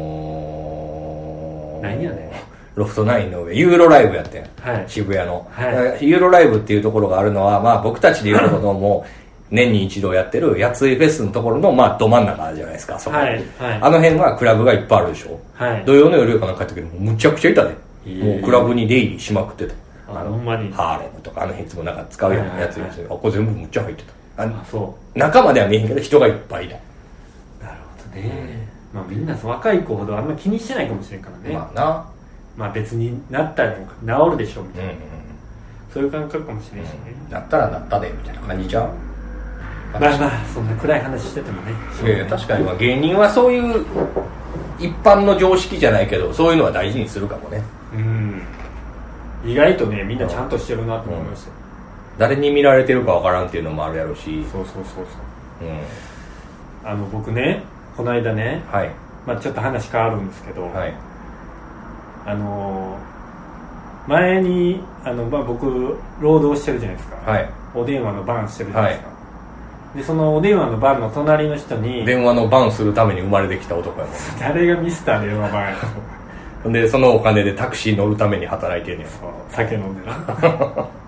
[SPEAKER 2] のー、
[SPEAKER 1] 何やね
[SPEAKER 2] ロフトナインの上ユーロライブやってん
[SPEAKER 1] はい
[SPEAKER 2] 渋谷の、
[SPEAKER 1] は
[SPEAKER 2] ユーロライブっていうところがあるのはまあ僕たちで言うことも 年に一度やってるやついフェスのところのまあど真ん中じゃないですかそこ、
[SPEAKER 1] はいはい
[SPEAKER 2] あの辺はクラブがいっぱいあるでしょ、
[SPEAKER 1] はい
[SPEAKER 2] 土曜の夜から帰ったけどもうむちゃくちゃいたで、
[SPEAKER 1] えー
[SPEAKER 2] もうクラブに出入りしまくってた
[SPEAKER 1] あほんまに
[SPEAKER 2] ハーレムとかあの辺いつもなんか使うようなやついるんですよあこれ全部むっちゃ入ってたあ
[SPEAKER 1] あそ
[SPEAKER 2] 中までは見えへんけど人がいっぱいだ
[SPEAKER 1] うなるほどね、まあ、みんな若い子ほどあんま気にしてないかもしれんからね、
[SPEAKER 2] まあな
[SPEAKER 1] まあ別になったりとか治るでしょみ
[SPEAKER 2] う
[SPEAKER 1] た
[SPEAKER 2] ん
[SPEAKER 1] いな、そういう感覚かもしれないしね、
[SPEAKER 2] なったらなったでみたいな感じじゃん
[SPEAKER 1] まあまあそんな暗い話しててもね
[SPEAKER 2] ええ確かにまあ芸人はそういう一般の常識じゃないけどそういうのは大事にするかもね
[SPEAKER 1] うん意外とねみんなちゃんとしてるなと思いましたよ、
[SPEAKER 2] 誰に見られてるかわからんっていうのもあるやろうし
[SPEAKER 1] そうそうそうそう
[SPEAKER 2] うん
[SPEAKER 1] あの僕ねこの間ね、
[SPEAKER 2] はい
[SPEAKER 1] まあ、ちょっと話変わるんですけど、
[SPEAKER 2] はい
[SPEAKER 1] あのー前にあの、まあ、僕労働してるじゃないですか、
[SPEAKER 2] はい
[SPEAKER 1] お電話の番してるじゃないですか、でそのお電話の番の隣の人に
[SPEAKER 2] 電話のバンするために生まれてきた男や
[SPEAKER 1] 誰がミスター電話番やと
[SPEAKER 2] もんでそのお金でタクシー乗るために働いてんねん
[SPEAKER 1] そう酒飲んでな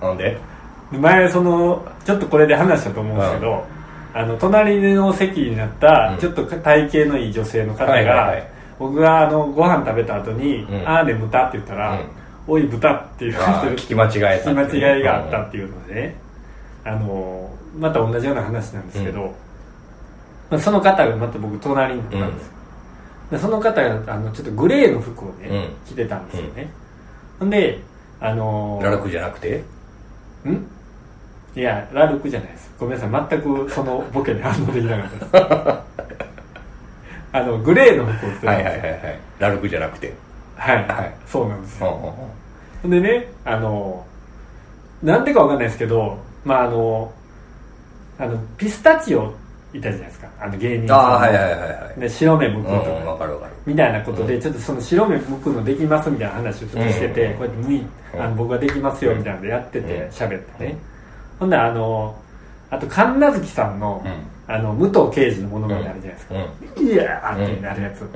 [SPEAKER 2] なんで
[SPEAKER 1] で前そのちょっとこれで話したと思うんですけど、あの隣の席になった、
[SPEAKER 2] うん
[SPEAKER 1] ちょっと体型のいい女性の方が、
[SPEAKER 2] はいはいはい
[SPEAKER 1] 僕があのご飯食べた後に「
[SPEAKER 2] うん
[SPEAKER 1] あーね豚」って言ったら「
[SPEAKER 2] うん
[SPEAKER 1] おい豚」っていう
[SPEAKER 2] あー聞き間違えた
[SPEAKER 1] 聞き間違いがあったっていうのでね、あのまた同じような話なんですけど、まあ、その方がまた僕隣になったんですよ、でその方あのちょっとグレーの服をね、
[SPEAKER 2] うん
[SPEAKER 1] 着てたんですよね、ほんであのー
[SPEAKER 2] ラルクじゃなくて
[SPEAKER 1] んいやラルクじゃないですごめんなさい全くそのボケで反応できなかった ですあのグレーの服を着てた
[SPEAKER 2] は
[SPEAKER 1] ん
[SPEAKER 2] い
[SPEAKER 1] で
[SPEAKER 2] は
[SPEAKER 1] す
[SPEAKER 2] い
[SPEAKER 1] よ
[SPEAKER 2] はいはいラルクじゃなくて
[SPEAKER 1] はい、
[SPEAKER 2] はい
[SPEAKER 1] そうなんです
[SPEAKER 2] うん
[SPEAKER 1] よ
[SPEAKER 2] うんうん
[SPEAKER 1] ほんでねあのなんでかわかんないですけどまああのあのピスタチオいたじゃないですかあの芸人
[SPEAKER 2] ああはい
[SPEAKER 1] の
[SPEAKER 2] はいはいはい
[SPEAKER 1] で白目向く
[SPEAKER 2] う
[SPEAKER 1] とか、
[SPEAKER 2] んうんわかるわかる
[SPEAKER 1] みたいなことで、
[SPEAKER 2] う
[SPEAKER 1] ちょっとその白目向くのできますみたいな話をちょっとしてて、
[SPEAKER 2] うん
[SPEAKER 1] こうやって向いあ
[SPEAKER 2] う
[SPEAKER 1] の
[SPEAKER 2] ん
[SPEAKER 1] 僕ができますよみたいなのでやって
[SPEAKER 2] う
[SPEAKER 1] て
[SPEAKER 2] ん
[SPEAKER 1] 喋、ってね、ほんならあのあと神奈月さんの,、
[SPEAKER 2] う
[SPEAKER 1] あの武藤刑事の物語あるじゃないですか
[SPEAKER 2] んう
[SPEAKER 1] 「
[SPEAKER 2] ん
[SPEAKER 1] いやー!」ってなるやつ、
[SPEAKER 2] うん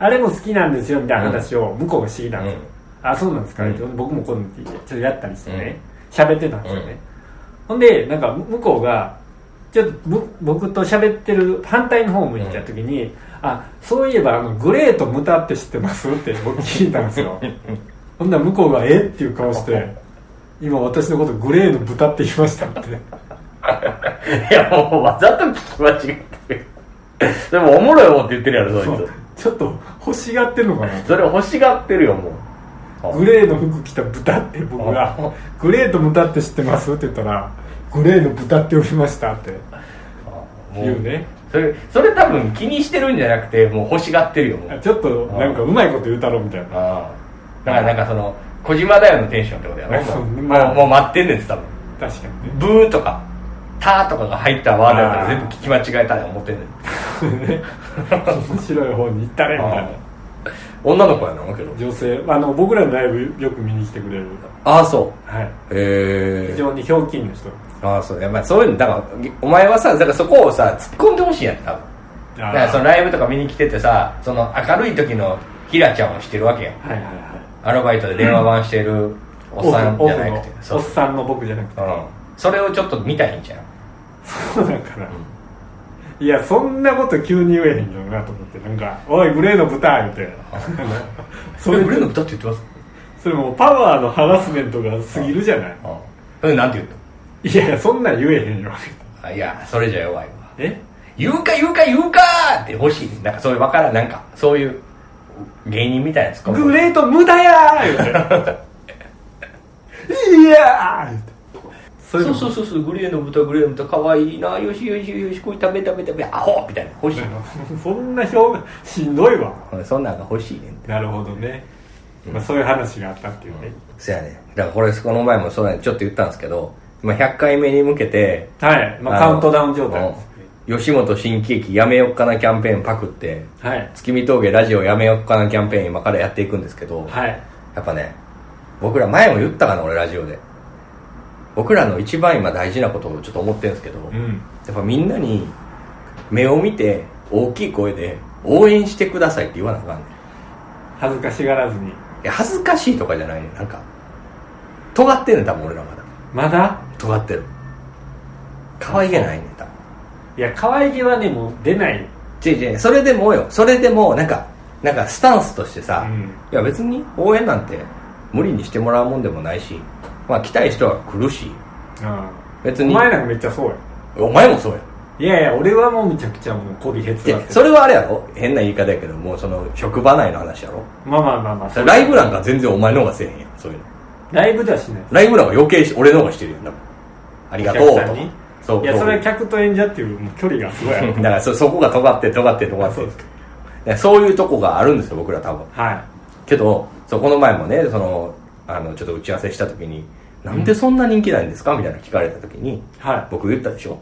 [SPEAKER 1] あれも好きなんですよみたいな話を向こうがしてきたんですよ、あそうなんですか、
[SPEAKER 2] うん
[SPEAKER 1] って僕もこういうのちょっとやったりしてね喋ってたんですよね、
[SPEAKER 2] うん
[SPEAKER 1] ほんでなんか向こうがちょっとぶ僕と喋ってる反対の方向いた時に、あそういえばあのグレーとムタって知ってますって僕聞いたんです よほんなら向こうが「えっ?」ていう顔して「今私のことグレーの豚って言いました」って
[SPEAKER 2] いやもうわざと聞き間違ってるでもおもろいもんって言ってるやろそい
[SPEAKER 1] ちょっと欲しがってんのかな
[SPEAKER 2] つそれ欲しがってるよもう
[SPEAKER 1] グレーの服着た豚って僕が
[SPEAKER 2] あ
[SPEAKER 1] 「グレーと豚って知ってます?」って言ったら「グレーの豚って呼びました」って
[SPEAKER 2] も
[SPEAKER 1] 言うね
[SPEAKER 2] それそれ多分気にしてるんじゃなくてもう欲しがってるよもう
[SPEAKER 1] ちょっとなんかうまいこと言うたろみたいな
[SPEAKER 2] ああだからなんかその小島だよのテンションってことやろもう,、
[SPEAKER 1] まあ
[SPEAKER 2] もう待ってんねんって多分
[SPEAKER 1] 確かにね
[SPEAKER 2] ブーとかターとかが入ったワードやったら全部聞き間違えたと思ってんねん
[SPEAKER 1] 面白い方に行ったれみたい
[SPEAKER 2] ああ女の子やなけど
[SPEAKER 1] な女性あの僕らのライブよく見に来てくれる
[SPEAKER 2] ああそ
[SPEAKER 1] はい、
[SPEAKER 2] うへ
[SPEAKER 1] 非
[SPEAKER 2] え
[SPEAKER 1] 常にひょうきんな人
[SPEAKER 2] ああそうね、まあ、そういうのだからお前はさだからそこをさ突っ込んでほしいやん多分だからそのライブとか見に来ててさその明るい時のひらちゃんをしてるわけやん
[SPEAKER 1] はいはいはい
[SPEAKER 2] アルバイトで電話番してるおっさんじ
[SPEAKER 1] オ
[SPEAKER 2] ゃ
[SPEAKER 1] フ
[SPEAKER 2] な
[SPEAKER 1] の
[SPEAKER 2] くて
[SPEAKER 1] お
[SPEAKER 2] そ
[SPEAKER 1] っ
[SPEAKER 2] う
[SPEAKER 1] さんの僕じゃなくて
[SPEAKER 2] うんそれをちょっと見たいんじゃん
[SPEAKER 1] そうだから、いやそんなこと急に言えへんけどなと思ってなんか「おいグレーの豚」言うて それ
[SPEAKER 2] 俺の歌って言ってます
[SPEAKER 1] それもうパワーのハラスメントが過ぎるじゃない
[SPEAKER 2] うんそれなんて言っ
[SPEAKER 1] いやいやそんなん言えへんよ
[SPEAKER 2] たあいやそれじゃ弱いわ
[SPEAKER 1] え
[SPEAKER 2] 言うか言うか言うかって欲しいなんかそういう分からんなんかそういう芸人みたいなツッコミ
[SPEAKER 1] グレート無駄やー言うていやー言うてそ
[SPEAKER 2] そうそううそうそうグレーの豚グレーの豚かわいいなよしよしよしこい食べ食べ食べアホみたいな欲しい
[SPEAKER 1] そんな表現しんどいわ
[SPEAKER 2] 俺そんなんが欲しいねん
[SPEAKER 1] なるほどね、まあ、そういう話があったっていうね、
[SPEAKER 2] そやねだからこれこの前もそうやねちょっと言ったんですけど、まあ、100回目に向けて
[SPEAKER 1] はい、まあ、カウントダウン状態です
[SPEAKER 2] うん吉本新喜劇やめよっかなキャンペーンパクって
[SPEAKER 1] はい
[SPEAKER 2] 月見峠ラジオやめよっかなキャンペーン今からやっていくんですけど、
[SPEAKER 1] はい
[SPEAKER 2] やっぱね僕ら前も言ったかな俺ラジオで僕らの一番今大事なことをちょっと思ってるんですけど、
[SPEAKER 1] う
[SPEAKER 2] や
[SPEAKER 1] ん
[SPEAKER 2] っぱみんなに目を見て大きい声で応援してくださいって言わなあかんねんい
[SPEAKER 1] 恥ずかしがらずに
[SPEAKER 2] や恥ずかしいとかじゃないねんなんか尖ってんねん多分俺ら
[SPEAKER 1] ま
[SPEAKER 2] まだ
[SPEAKER 1] だ
[SPEAKER 2] 尖ってる可愛げないねん多分
[SPEAKER 1] いや可愛げはねもう出ない
[SPEAKER 2] 違う違うそれでもよそれでもなんかなんかスタンスとしてさ、
[SPEAKER 1] うん
[SPEAKER 2] いや別に応援なんて無理にしてもらうもんでもないしまあ来たい人は来るし別
[SPEAKER 1] お
[SPEAKER 2] に
[SPEAKER 1] 前なんかめっちゃそうや
[SPEAKER 2] お前もそうや
[SPEAKER 1] いやいや俺はもうめちゃくちゃもう媚びへつらっ
[SPEAKER 2] で
[SPEAKER 1] て
[SPEAKER 2] それはあれやろ変な言い方やけどもうその職場内の話やろ
[SPEAKER 1] まあまあまあまあ
[SPEAKER 2] それライブなんか全然お前の方がせえへんやんそういうの
[SPEAKER 1] ライブではしない
[SPEAKER 2] ライブなんか余計し俺の方がしてるやんだありがとう
[SPEAKER 1] お
[SPEAKER 2] と
[SPEAKER 1] 客さ
[SPEAKER 2] か
[SPEAKER 1] んに
[SPEAKER 2] そう
[SPEAKER 1] いや
[SPEAKER 2] そう
[SPEAKER 1] それは客と演者っていうもう距離がすごいあ
[SPEAKER 2] だ
[SPEAKER 1] る
[SPEAKER 2] からそそこが尖って尖って尖って
[SPEAKER 1] そう
[SPEAKER 2] そ
[SPEAKER 1] で
[SPEAKER 2] う
[SPEAKER 1] す
[SPEAKER 2] そういうとこがあるんですよ僕ら多分
[SPEAKER 1] は
[SPEAKER 2] けどそうこの前もねそのあのちょっと打ち合わせした時になんでそんな人気ないんですかみたいな聞かれた時に
[SPEAKER 1] いは
[SPEAKER 2] 僕言ったでしょ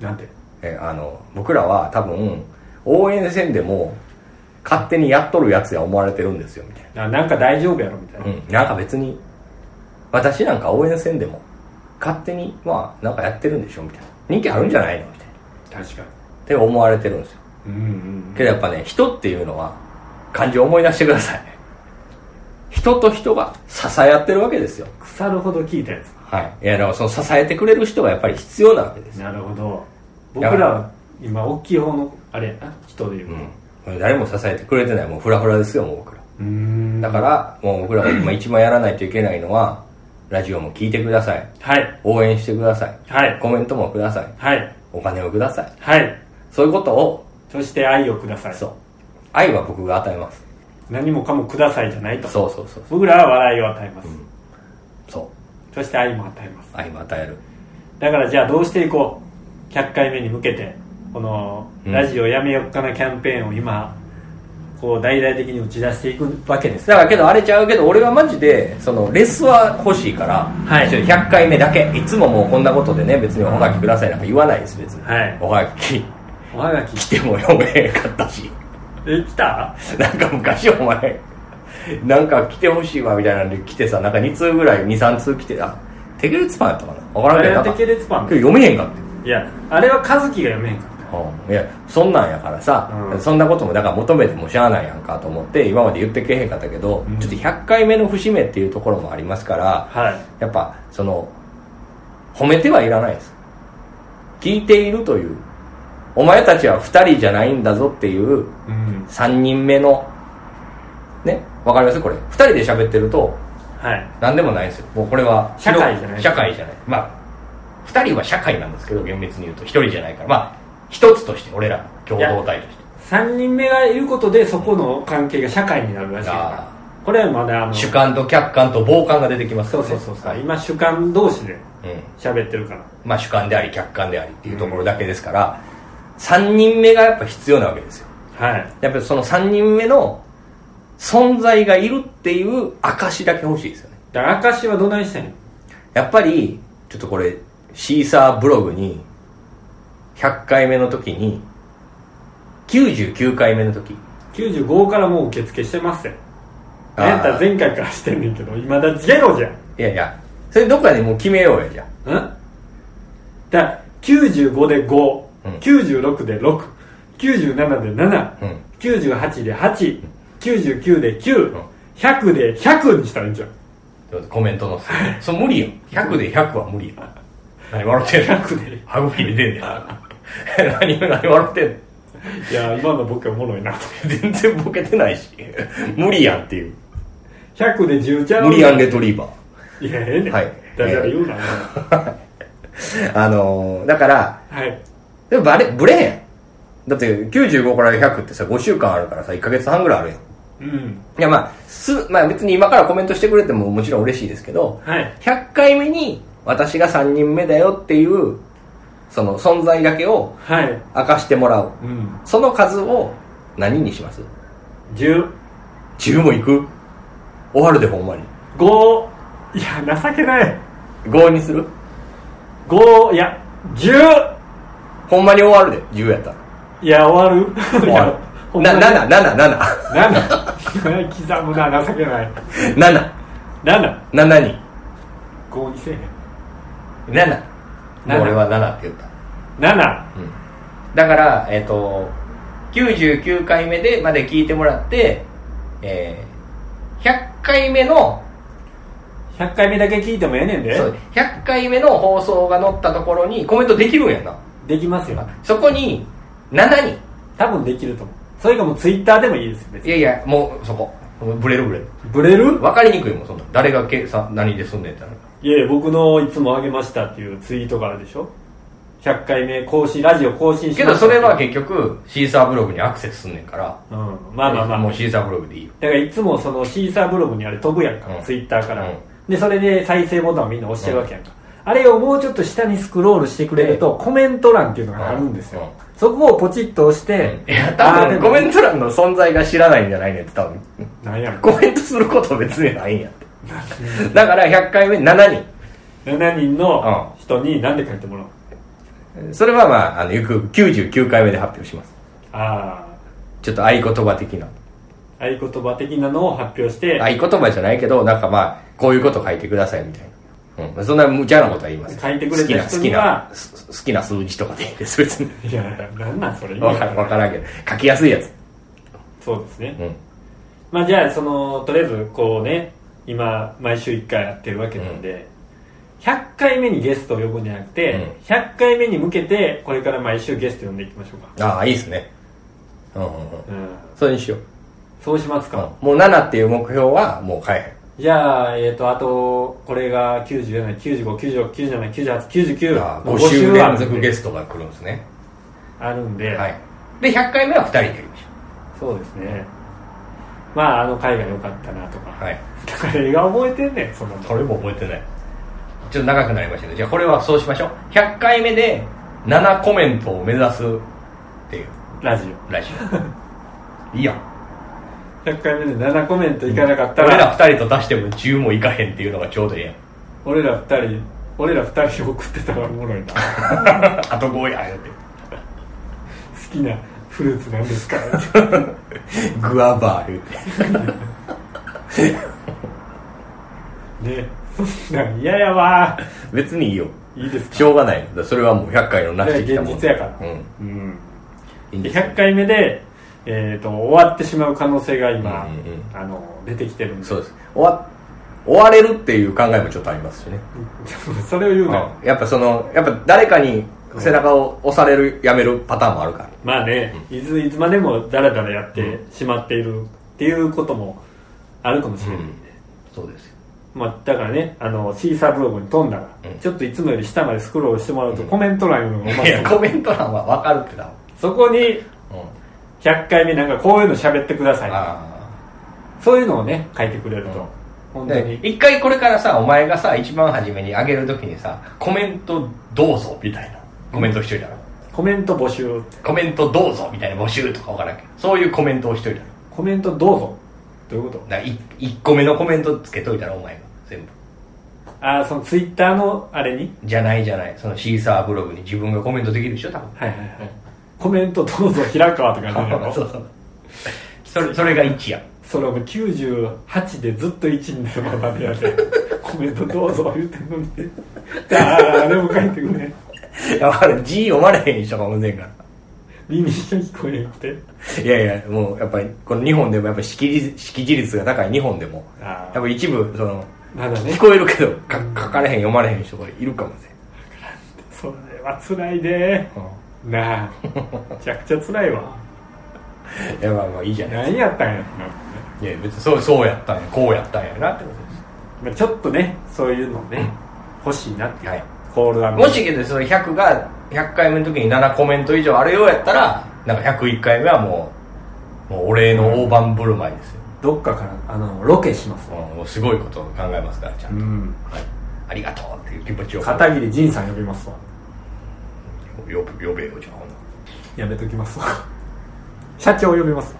[SPEAKER 1] いなんて
[SPEAKER 2] えあの僕らは多分応援せんでも勝手にやっとるやつや思われてるんですよみたい
[SPEAKER 1] ななんか大丈夫やろみたいな、
[SPEAKER 2] な、うん、なんか別に私なんか応援せんでも勝手にまあなんかやってるんでしょみたいな人気あるんじゃないのみたいな
[SPEAKER 1] 確か
[SPEAKER 2] って思われてるんですよ
[SPEAKER 1] にうんうん
[SPEAKER 2] けどやっぱね人っていうのは漢字を思い出してください人と人が支え合ってるわけですよ
[SPEAKER 1] 腐るほど聞いたやつ
[SPEAKER 2] はいいやでもその支えてくれる人がやっぱり必要なわけですよ、
[SPEAKER 1] なるほど僕
[SPEAKER 2] やばい
[SPEAKER 1] らは今大きい方のあれやな人で言うと
[SPEAKER 2] うんこれ誰も支えてくれてないもうフラフラですよもう僕ら
[SPEAKER 1] うーん
[SPEAKER 2] だから、もう僕 らが今一番やらないといけないのは、ラジオも聞いてください。
[SPEAKER 1] はい
[SPEAKER 2] 応援してください。
[SPEAKER 1] はい
[SPEAKER 2] コメントもください。
[SPEAKER 1] はい
[SPEAKER 2] お金をください。
[SPEAKER 1] はい
[SPEAKER 2] そういうことを、
[SPEAKER 1] そして愛をください
[SPEAKER 2] そう。愛は僕が与えます
[SPEAKER 1] 何もかもくださいじゃないと
[SPEAKER 2] そうそうそう
[SPEAKER 1] 僕らは笑いを与えます、
[SPEAKER 2] そう
[SPEAKER 1] そして愛も与えます
[SPEAKER 2] 愛も与える
[SPEAKER 1] だからじゃあどうしていこう100回目に向けてこの
[SPEAKER 2] うん
[SPEAKER 1] ラジオやめよっかなキャンペーンを今こう大々的に打ち出していくわけです
[SPEAKER 2] だからけどあれちゃうけど俺はマジでそのレスは欲しいから、
[SPEAKER 1] はい
[SPEAKER 2] ちょっと100回目だけいつももうこんなことでね別におはがきくださいなんか言わないです別に、
[SPEAKER 1] はい
[SPEAKER 2] おはがき
[SPEAKER 1] おはがき
[SPEAKER 2] 来ても読めへんかったし
[SPEAKER 1] え来た
[SPEAKER 2] なんか昔お前なんか来てほしいわみたいなんで来てさなんか2通ぐらい23通来てあテケレツパンやったかな分からん
[SPEAKER 1] あ
[SPEAKER 2] け
[SPEAKER 1] れ
[SPEAKER 2] どな
[SPEAKER 1] は
[SPEAKER 2] んか
[SPEAKER 1] テケレツパン
[SPEAKER 2] 今日読めへんかって
[SPEAKER 1] いやあれは和樹が読めへんから
[SPEAKER 2] うんいやそんなんやからさ、
[SPEAKER 1] うん
[SPEAKER 2] そんなこともだから求めてもしゃあないやんかと思って今まで言ってけへんかったけど、
[SPEAKER 1] うん
[SPEAKER 2] ちょっと100回目の節目っていうところもありますから
[SPEAKER 1] はい
[SPEAKER 2] やっぱその褒めてはいらないです聞いているというお前たちは2人じゃないんだぞっていう
[SPEAKER 1] うん
[SPEAKER 2] 3人目のねわかりますこれ2人で喋ってると
[SPEAKER 1] はい
[SPEAKER 2] 何でもないですよもうこれは
[SPEAKER 1] 社会じゃない
[SPEAKER 2] 社会じゃないまあ2人は社会なんですけど厳密に言うと1人じゃないからまあ一つとして俺らの共同体として
[SPEAKER 1] 3人目がいることでそこの関係が社会になるらしいから
[SPEAKER 2] あ
[SPEAKER 1] これはまだあの
[SPEAKER 2] 主観と客観と傍観が出てきますか
[SPEAKER 1] そ
[SPEAKER 2] ら
[SPEAKER 1] う
[SPEAKER 2] ね
[SPEAKER 1] そうそうそう、
[SPEAKER 2] はい
[SPEAKER 1] 今主観同士で
[SPEAKER 2] うん
[SPEAKER 1] 喋ってるから
[SPEAKER 2] まあ、主観であり客観でありっていうところだけですから、3人目がやっぱ必要なわけですよ
[SPEAKER 1] はい
[SPEAKER 2] やっぱりその3人目の存在がいるっていう証だけ欲しいですよね
[SPEAKER 1] だから証はどないしたんや
[SPEAKER 2] やっぱりちょっとこれシーサーブログに100回目の時に99回目の時
[SPEAKER 1] 95からもう受付してますよ
[SPEAKER 2] あー
[SPEAKER 1] あんた前回からしてんねんけどいまだゼロじゃんん
[SPEAKER 2] いやいやそれどっかでもう決めようよじゃ
[SPEAKER 1] だから95で5、
[SPEAKER 2] うん
[SPEAKER 1] 96で697で7、
[SPEAKER 2] あうん
[SPEAKER 1] 98で8、99で9、
[SPEAKER 2] うん
[SPEAKER 1] 100で100にしたらいいんじゃん。
[SPEAKER 2] ちょっとコメントのせいそう無理よ100で100は無理よ何笑ってんの
[SPEAKER 1] 100で。
[SPEAKER 2] 歯茎で出んねん何何笑ってんの
[SPEAKER 1] いや、今の僕はおもろいなと。
[SPEAKER 2] 全然ボケてないし無理やんっていう
[SPEAKER 1] 100で10ちゃう
[SPEAKER 2] 無理やんレトリーバー
[SPEAKER 1] いや、ええねん。
[SPEAKER 2] はい
[SPEAKER 1] だから言うな。
[SPEAKER 2] あのーだから
[SPEAKER 1] はい。
[SPEAKER 2] でもバレブレへんだって95から100ってさ5週間あるからさ1ヶ月半ぐらいあるやん
[SPEAKER 1] うん。
[SPEAKER 2] いやまあ、す、まあ別に今からコメントしてくれてももちろん嬉しいですけど、
[SPEAKER 1] はい。
[SPEAKER 2] 100回目に私が3人目だよっていう、その存在だけを
[SPEAKER 1] はい。
[SPEAKER 2] 明かしてもらう。
[SPEAKER 1] うん。
[SPEAKER 2] その数を何にします
[SPEAKER 1] 10、
[SPEAKER 2] ?10 もいく終わるでほんまに。
[SPEAKER 1] 5、いや、情けない。
[SPEAKER 2] 5にする
[SPEAKER 1] 5、いや、10!
[SPEAKER 2] ほんまに終わるで、10やったら。
[SPEAKER 1] いや、終わる。
[SPEAKER 2] 終
[SPEAKER 1] いや
[SPEAKER 2] わ
[SPEAKER 1] ほ
[SPEAKER 2] る。
[SPEAKER 1] んま
[SPEAKER 2] な、
[SPEAKER 1] に
[SPEAKER 2] 7、7、
[SPEAKER 1] 7 刻むな情けない
[SPEAKER 2] 7。7、
[SPEAKER 1] 7
[SPEAKER 2] 7に。
[SPEAKER 1] 5にせえへん
[SPEAKER 2] 7。もう俺は7って言った。
[SPEAKER 1] 7
[SPEAKER 2] だから、えっ、と、99回目でまで聞いてもらって、えー、100回目の、
[SPEAKER 1] 100回目だけ聞いてもええねんで
[SPEAKER 2] そう100回目の放送が載ったところにコメントできるんやな。
[SPEAKER 1] できますよ
[SPEAKER 2] そこに、7
[SPEAKER 1] 多分できると思うそれかもうツイッターでもいいですよ別
[SPEAKER 2] 人。い
[SPEAKER 1] に
[SPEAKER 2] やいや、もうそこ。ブレるブレる。
[SPEAKER 1] ブレる
[SPEAKER 2] わかりにくいもん、そんな。誰がけさ何ですんねんってなる。
[SPEAKER 1] いやいや僕のいつもあげましたっていうツイートがあるでしょ100回目更新ラジオ更新し
[SPEAKER 2] け
[SPEAKER 1] ま
[SPEAKER 2] ど
[SPEAKER 1] した
[SPEAKER 2] それは結局、シーサーブログにアクセスすんねんから。
[SPEAKER 1] うんまあまあまあ
[SPEAKER 2] もうシーサーブログでいいよ。
[SPEAKER 1] だからいつもそのシーサーブログにあれ飛ぶやんか、
[SPEAKER 2] うん
[SPEAKER 1] ツイッターから、
[SPEAKER 2] うん
[SPEAKER 1] でそれで再生ボタンをみんな押してるわけやんか、あれをもうちょっと下にスクロールしてくれると、コメント欄っていうのがあるんですよ、
[SPEAKER 2] うん
[SPEAKER 1] そこをポチッと押して、
[SPEAKER 2] いや、
[SPEAKER 1] あ
[SPEAKER 2] 多
[SPEAKER 1] ーで
[SPEAKER 2] 分
[SPEAKER 1] も
[SPEAKER 2] コメント欄の存在が知らないんじゃないねんって多分。
[SPEAKER 1] なんやろ
[SPEAKER 2] コメントすること別にないんやってだから100回目7
[SPEAKER 1] 7人の人に何で書いてもらう、
[SPEAKER 2] 人それはまああのゆくゆく99回目で発表します
[SPEAKER 1] あ
[SPEAKER 2] ちょっと合言葉的な
[SPEAKER 1] あ合言葉的なのを発表して、
[SPEAKER 2] 合言葉じゃないけどなんかまあこういうこと書いてくださいみたいな、うん、そんな無茶なことは言います
[SPEAKER 1] 書いてくれた人
[SPEAKER 2] 好
[SPEAKER 1] に
[SPEAKER 2] き
[SPEAKER 1] は
[SPEAKER 2] な好きなす好きな数字とかでいいです別に
[SPEAKER 1] いやなんなんそれ
[SPEAKER 2] 分からん分からんけど書きやすいやつ
[SPEAKER 1] そうですね、
[SPEAKER 2] うん
[SPEAKER 1] まあじゃあそのとりあえずこうね今毎週1回やってるわけなんで、100回目にゲストを呼ぶんじゃなくて、
[SPEAKER 2] うん
[SPEAKER 1] 100回目に向けてこれから毎週ゲスト呼んでいきましょうか、
[SPEAKER 2] ああいいっすねうんうんうん
[SPEAKER 1] うん、
[SPEAKER 2] それにしよう、
[SPEAKER 1] そうします
[SPEAKER 2] うん
[SPEAKER 1] か、
[SPEAKER 2] もう7っていう目標はもう変え
[SPEAKER 1] じゃあえっ、とあとこれが
[SPEAKER 2] へんあ
[SPEAKER 1] 9795969799899
[SPEAKER 2] 5週連続ゲストが来るんですね
[SPEAKER 1] あるんで、
[SPEAKER 2] はいで100回目は2人でやりましょう
[SPEAKER 1] そうですねまああの回が良かったなとか、
[SPEAKER 2] はい
[SPEAKER 1] だから映画覚えてんねんそんなの
[SPEAKER 2] それも覚えてないちょっと長くなりましたけどじゃあこれはそうしましょう100回目で7コメントを目指すっていう
[SPEAKER 1] ラジ
[SPEAKER 2] ラジ オいいや
[SPEAKER 1] オ100回目で7コメントいかなかった
[SPEAKER 2] 俺ら
[SPEAKER 1] ら、
[SPEAKER 2] 2人と出しても10もいかへんっていうのがちょうどええやん
[SPEAKER 1] 俺ら2人俺ら2人送ってたらおもろいな 好
[SPEAKER 2] あと5や言うて
[SPEAKER 1] きなフルーツなんですか
[SPEAKER 2] グアバー言うて
[SPEAKER 1] ねそんなん嫌やわ
[SPEAKER 2] 別にいいよ
[SPEAKER 1] いいですか
[SPEAKER 2] しょうがないよだからそれはもう100回のなしてきたも
[SPEAKER 1] い
[SPEAKER 2] ん
[SPEAKER 1] や現実やから
[SPEAKER 2] うん
[SPEAKER 1] うん
[SPEAKER 2] いいん
[SPEAKER 1] で
[SPEAKER 2] ですよ
[SPEAKER 1] 100回目で、えー、と終わってしまう可能性が今、
[SPEAKER 2] うんうんうん
[SPEAKER 1] あの出てきてるんで
[SPEAKER 2] そうです終わ終われるっていう考えもちょっとありますしね、
[SPEAKER 1] それを言うなよ、
[SPEAKER 2] やっぱそのやっぱ誰かに背中を押されるやめるパターンもあるから
[SPEAKER 1] まあね、いついつまでもダラダラやってしまっているっていうこともあるかもしれない、
[SPEAKER 2] そうですよ
[SPEAKER 1] まあ、だからねあのシーサーブログに飛んだら、
[SPEAKER 2] うん
[SPEAKER 1] ちょっといつもより下までスクロールしてもらうとコメント欄読むのがうま
[SPEAKER 2] い
[SPEAKER 1] い
[SPEAKER 2] やコメント欄は分かるってだ
[SPEAKER 1] そこに
[SPEAKER 2] もん、うん、
[SPEAKER 1] 100回目なんかこういうの喋ってください
[SPEAKER 2] あ
[SPEAKER 1] そういうのをね書いてくれると、
[SPEAKER 2] うん
[SPEAKER 1] 本当
[SPEAKER 2] で
[SPEAKER 1] に
[SPEAKER 2] 一回これからさお前がさ一番初めに上げるときにさコメントどうぞみたいなコメントしといたら、
[SPEAKER 1] コメント募集
[SPEAKER 2] コメントどうぞみたいな募集とか分からんけどそういうコメントをしといたら
[SPEAKER 1] コメントどうぞどういうこと
[SPEAKER 2] だから 1, 個目のコメントつけといたらお前が全部
[SPEAKER 1] ああそのツイッターのあれに
[SPEAKER 2] じゃないじゃないそのシーサーブログに自分がコメントできるでしょ多分
[SPEAKER 1] はいはいはいコメントどうぞ平川って感じだろ
[SPEAKER 2] そうそうそれそれが1や
[SPEAKER 1] それお前98でずっと1になるままでや でコメントどうぞ言うてんのにあああれも書いてくれ
[SPEAKER 2] いやあれ字読まれへん人かもせんか
[SPEAKER 1] 耳が聞こえなくて
[SPEAKER 2] らいやいやもうやっぱりこの日本でもやっぱ識字識字率が高い日本でも
[SPEAKER 1] あ
[SPEAKER 2] やっ
[SPEAKER 1] あ
[SPEAKER 2] ぱ一部その
[SPEAKER 1] まだね
[SPEAKER 2] 聞こえるけどか書かれへん読まれへん人がいるかもせん、
[SPEAKER 1] それは辛い でなあめちゃくちゃ辛いわ
[SPEAKER 2] いやまあまあいいじゃない
[SPEAKER 1] 何やったんやろな、
[SPEAKER 2] いや別にそうそうやったんやこうやったんやなってことです
[SPEAKER 1] まあ、ちょっとねそういうのね欲しいなっていう、
[SPEAKER 2] はい
[SPEAKER 1] コールアンド
[SPEAKER 2] もしけどその100が100回目の時に7コメント以上あるようやったらなんか101回目はもうもうお礼の大盤振る舞いですよ、
[SPEAKER 1] どっかからあのロケしますわ
[SPEAKER 2] うんもうすごいことを考えますからちゃん
[SPEAKER 1] う
[SPEAKER 2] と、
[SPEAKER 1] ん
[SPEAKER 2] はい、ありがとうっていう気持ちを
[SPEAKER 1] 片桐仁さん呼びますわ
[SPEAKER 2] よ呼べよじゃあほんな
[SPEAKER 1] やめときますわ 社長呼びます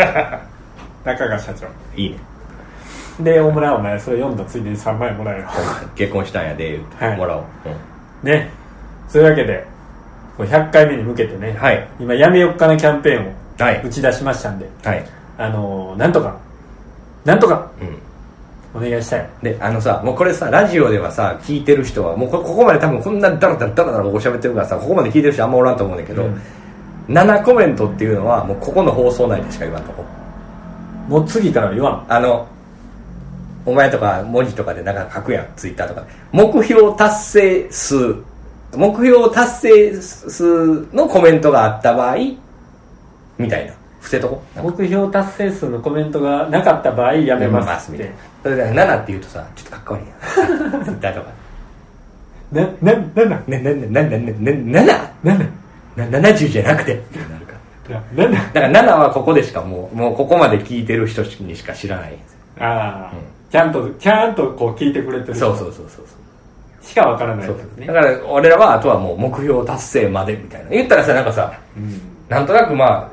[SPEAKER 1] 中川社長
[SPEAKER 2] らいいね
[SPEAKER 1] で大村お前それ読んだついでに3万円もらえよ
[SPEAKER 2] 結婚したんやで言うて
[SPEAKER 1] はい
[SPEAKER 2] もらおう、
[SPEAKER 1] ねそういうわけでこう100回目に向けてね、
[SPEAKER 2] うんはい
[SPEAKER 1] 今やめよっかなキャンペーンを
[SPEAKER 2] は
[SPEAKER 1] 打
[SPEAKER 2] い
[SPEAKER 1] ち出しましたんで
[SPEAKER 2] はい、
[SPEAKER 1] あのーなんとかなんとか
[SPEAKER 2] うん、
[SPEAKER 1] お願いしたい
[SPEAKER 2] であのさもうこれさラジオではさ聞いてる人はもうこここまで多分こんなダラダラダラダラ僕喋ってるからさここまで聞いてる人あんまおらんと思うんだけど、
[SPEAKER 1] うん
[SPEAKER 2] 7コメントっていうのはもうここの放送内でしか言わんとこ
[SPEAKER 1] もう次からは言わん
[SPEAKER 2] あのお前とか文字とかでなんか書くやんツイッターとかで目標達成数目標達成数のコメントがあった場合みたいな伏せとこなんか
[SPEAKER 1] 目標達成数のコメントがなかった場合やめますっ
[SPEAKER 2] み
[SPEAKER 1] て
[SPEAKER 2] たいなそれで7って言うとさちょっとかっこ悪いやんツイッターとか
[SPEAKER 1] なななな
[SPEAKER 2] ねねねねねね
[SPEAKER 1] な
[SPEAKER 2] ね
[SPEAKER 1] な
[SPEAKER 2] 7な70じゃなくてってなるから
[SPEAKER 1] なな
[SPEAKER 2] だから7はここでしかもうもうここまで聞いてる人にしか知らないんですよ
[SPEAKER 1] ああ、ちゃんとちゃんとこう聞いてくれてる
[SPEAKER 2] そうそうそうそうそう
[SPEAKER 1] しかわからない
[SPEAKER 2] そ
[SPEAKER 1] で
[SPEAKER 2] う
[SPEAKER 1] すね
[SPEAKER 2] だから俺らはあとはもう目標達成までみたいな言ったらさなんかさ
[SPEAKER 1] うん
[SPEAKER 2] なんとなくまあ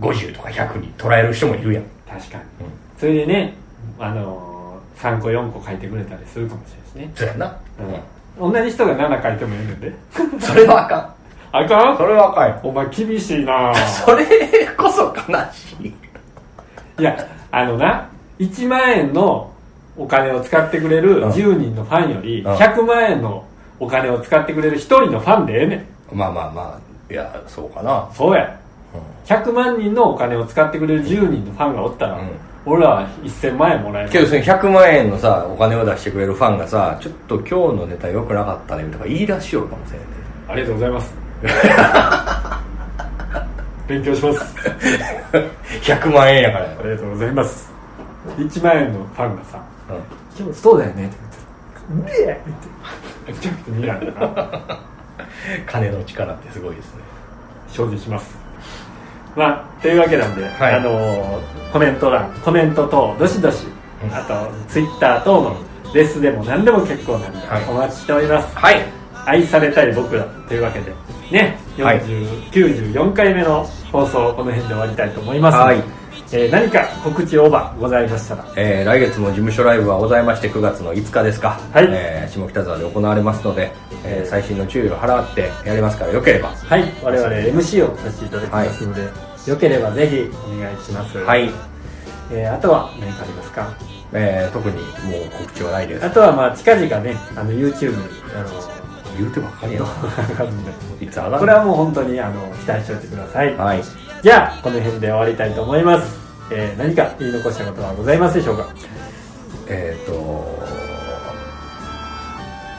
[SPEAKER 2] 50とか100に捉える人もいるやん
[SPEAKER 1] 確かに、
[SPEAKER 2] うん
[SPEAKER 1] それでね、あのー、3個4個書いてくれたりするかもしれないですね、
[SPEAKER 2] そうやんな、
[SPEAKER 1] うん、同じ人が7書いてもいいので
[SPEAKER 2] それはあか
[SPEAKER 1] あか
[SPEAKER 2] ん
[SPEAKER 1] ん
[SPEAKER 2] それはあかんよ
[SPEAKER 1] お前厳しいな
[SPEAKER 2] それこそ悲しい
[SPEAKER 1] いやあのな1万円のお金を使ってくれる
[SPEAKER 2] うん
[SPEAKER 1] 10人のファンより
[SPEAKER 2] うん
[SPEAKER 1] 100万円のお金を使ってくれる1人のファンでええねん
[SPEAKER 2] まあまあまあいやそうかな
[SPEAKER 1] そうや
[SPEAKER 2] うん
[SPEAKER 1] 100万人のお金を使ってくれる10人のファンがおったら、
[SPEAKER 2] うん
[SPEAKER 1] 俺らは1000万円もらえる
[SPEAKER 2] けどその100万円のさお金を出してくれるファンがさちょっと今日のネタ良くなかったねとか言い出しよるかもしれんね
[SPEAKER 1] ありがとうござい ます勉強します
[SPEAKER 2] 100万円やからや
[SPEAKER 1] ありがとうございます1万円のファンがさ
[SPEAKER 2] ろ、うん
[SPEAKER 1] 「今日そうだよね」 って言って「ねえ!」ってめちゃくちゃ見られたな
[SPEAKER 2] 金の力ってすごいですね
[SPEAKER 1] 精進しますまあというわけなんで、
[SPEAKER 2] はい
[SPEAKER 1] あのーコメント欄コメント等どしどしあとツイッター等のレスでも何でも結構なんで、
[SPEAKER 2] はい
[SPEAKER 1] お待ちしております
[SPEAKER 2] はい
[SPEAKER 1] 愛されたい僕らというわけでね、
[SPEAKER 2] はい
[SPEAKER 1] 40 94回目の放送この辺で終わりたいと思います、
[SPEAKER 2] はい
[SPEAKER 1] えー何か告知オーバーございましたら
[SPEAKER 2] えー来月も事務所ライブはございまして9月の5日ですか、
[SPEAKER 1] はい
[SPEAKER 2] えー下北沢で行われますので、えー最新の注意を払ってやりますからよければ
[SPEAKER 1] はい我々 MC をさせていただきますので、よければぜひお願いします、
[SPEAKER 2] はい、
[SPEAKER 1] えーあとは何かありますか
[SPEAKER 2] えー特にもう告知はないです
[SPEAKER 1] あとはまあ近々ねあの YouTube あの
[SPEAKER 2] 言うてばっかりやな
[SPEAKER 1] 上がるんで
[SPEAKER 2] いつ上が
[SPEAKER 1] こ
[SPEAKER 2] る
[SPEAKER 1] れはもう本当にあの期待しておいてください、
[SPEAKER 2] はい
[SPEAKER 1] じゃあこの辺で終わりたいと思います、えー何か言い残したことはございますでしょうか
[SPEAKER 2] えっ、と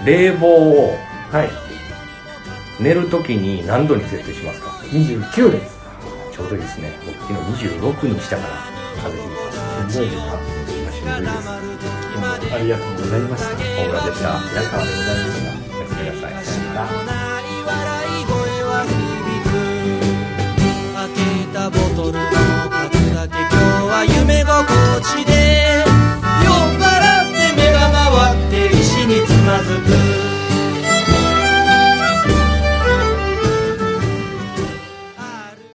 [SPEAKER 2] 冷房を
[SPEAKER 1] はい
[SPEAKER 2] 寝るときに何度に設定しますか
[SPEAKER 1] 29です
[SPEAKER 2] ちょうどいいですね僕昨日26にしたから風邪
[SPEAKER 1] し
[SPEAKER 2] ひいて
[SPEAKER 1] んどいですか
[SPEAKER 2] ます今しんどいです
[SPEAKER 1] どうもありがとうございました
[SPEAKER 2] 大村でした皆
[SPEAKER 1] 平
[SPEAKER 2] さん
[SPEAKER 1] 川でございました
[SPEAKER 2] おやすみなさい
[SPEAKER 1] さよなら
[SPEAKER 3] 鳴り笑い声は響く開けたボトルの数だけ今日は夢心地で酔っ払って目が回って石につまずく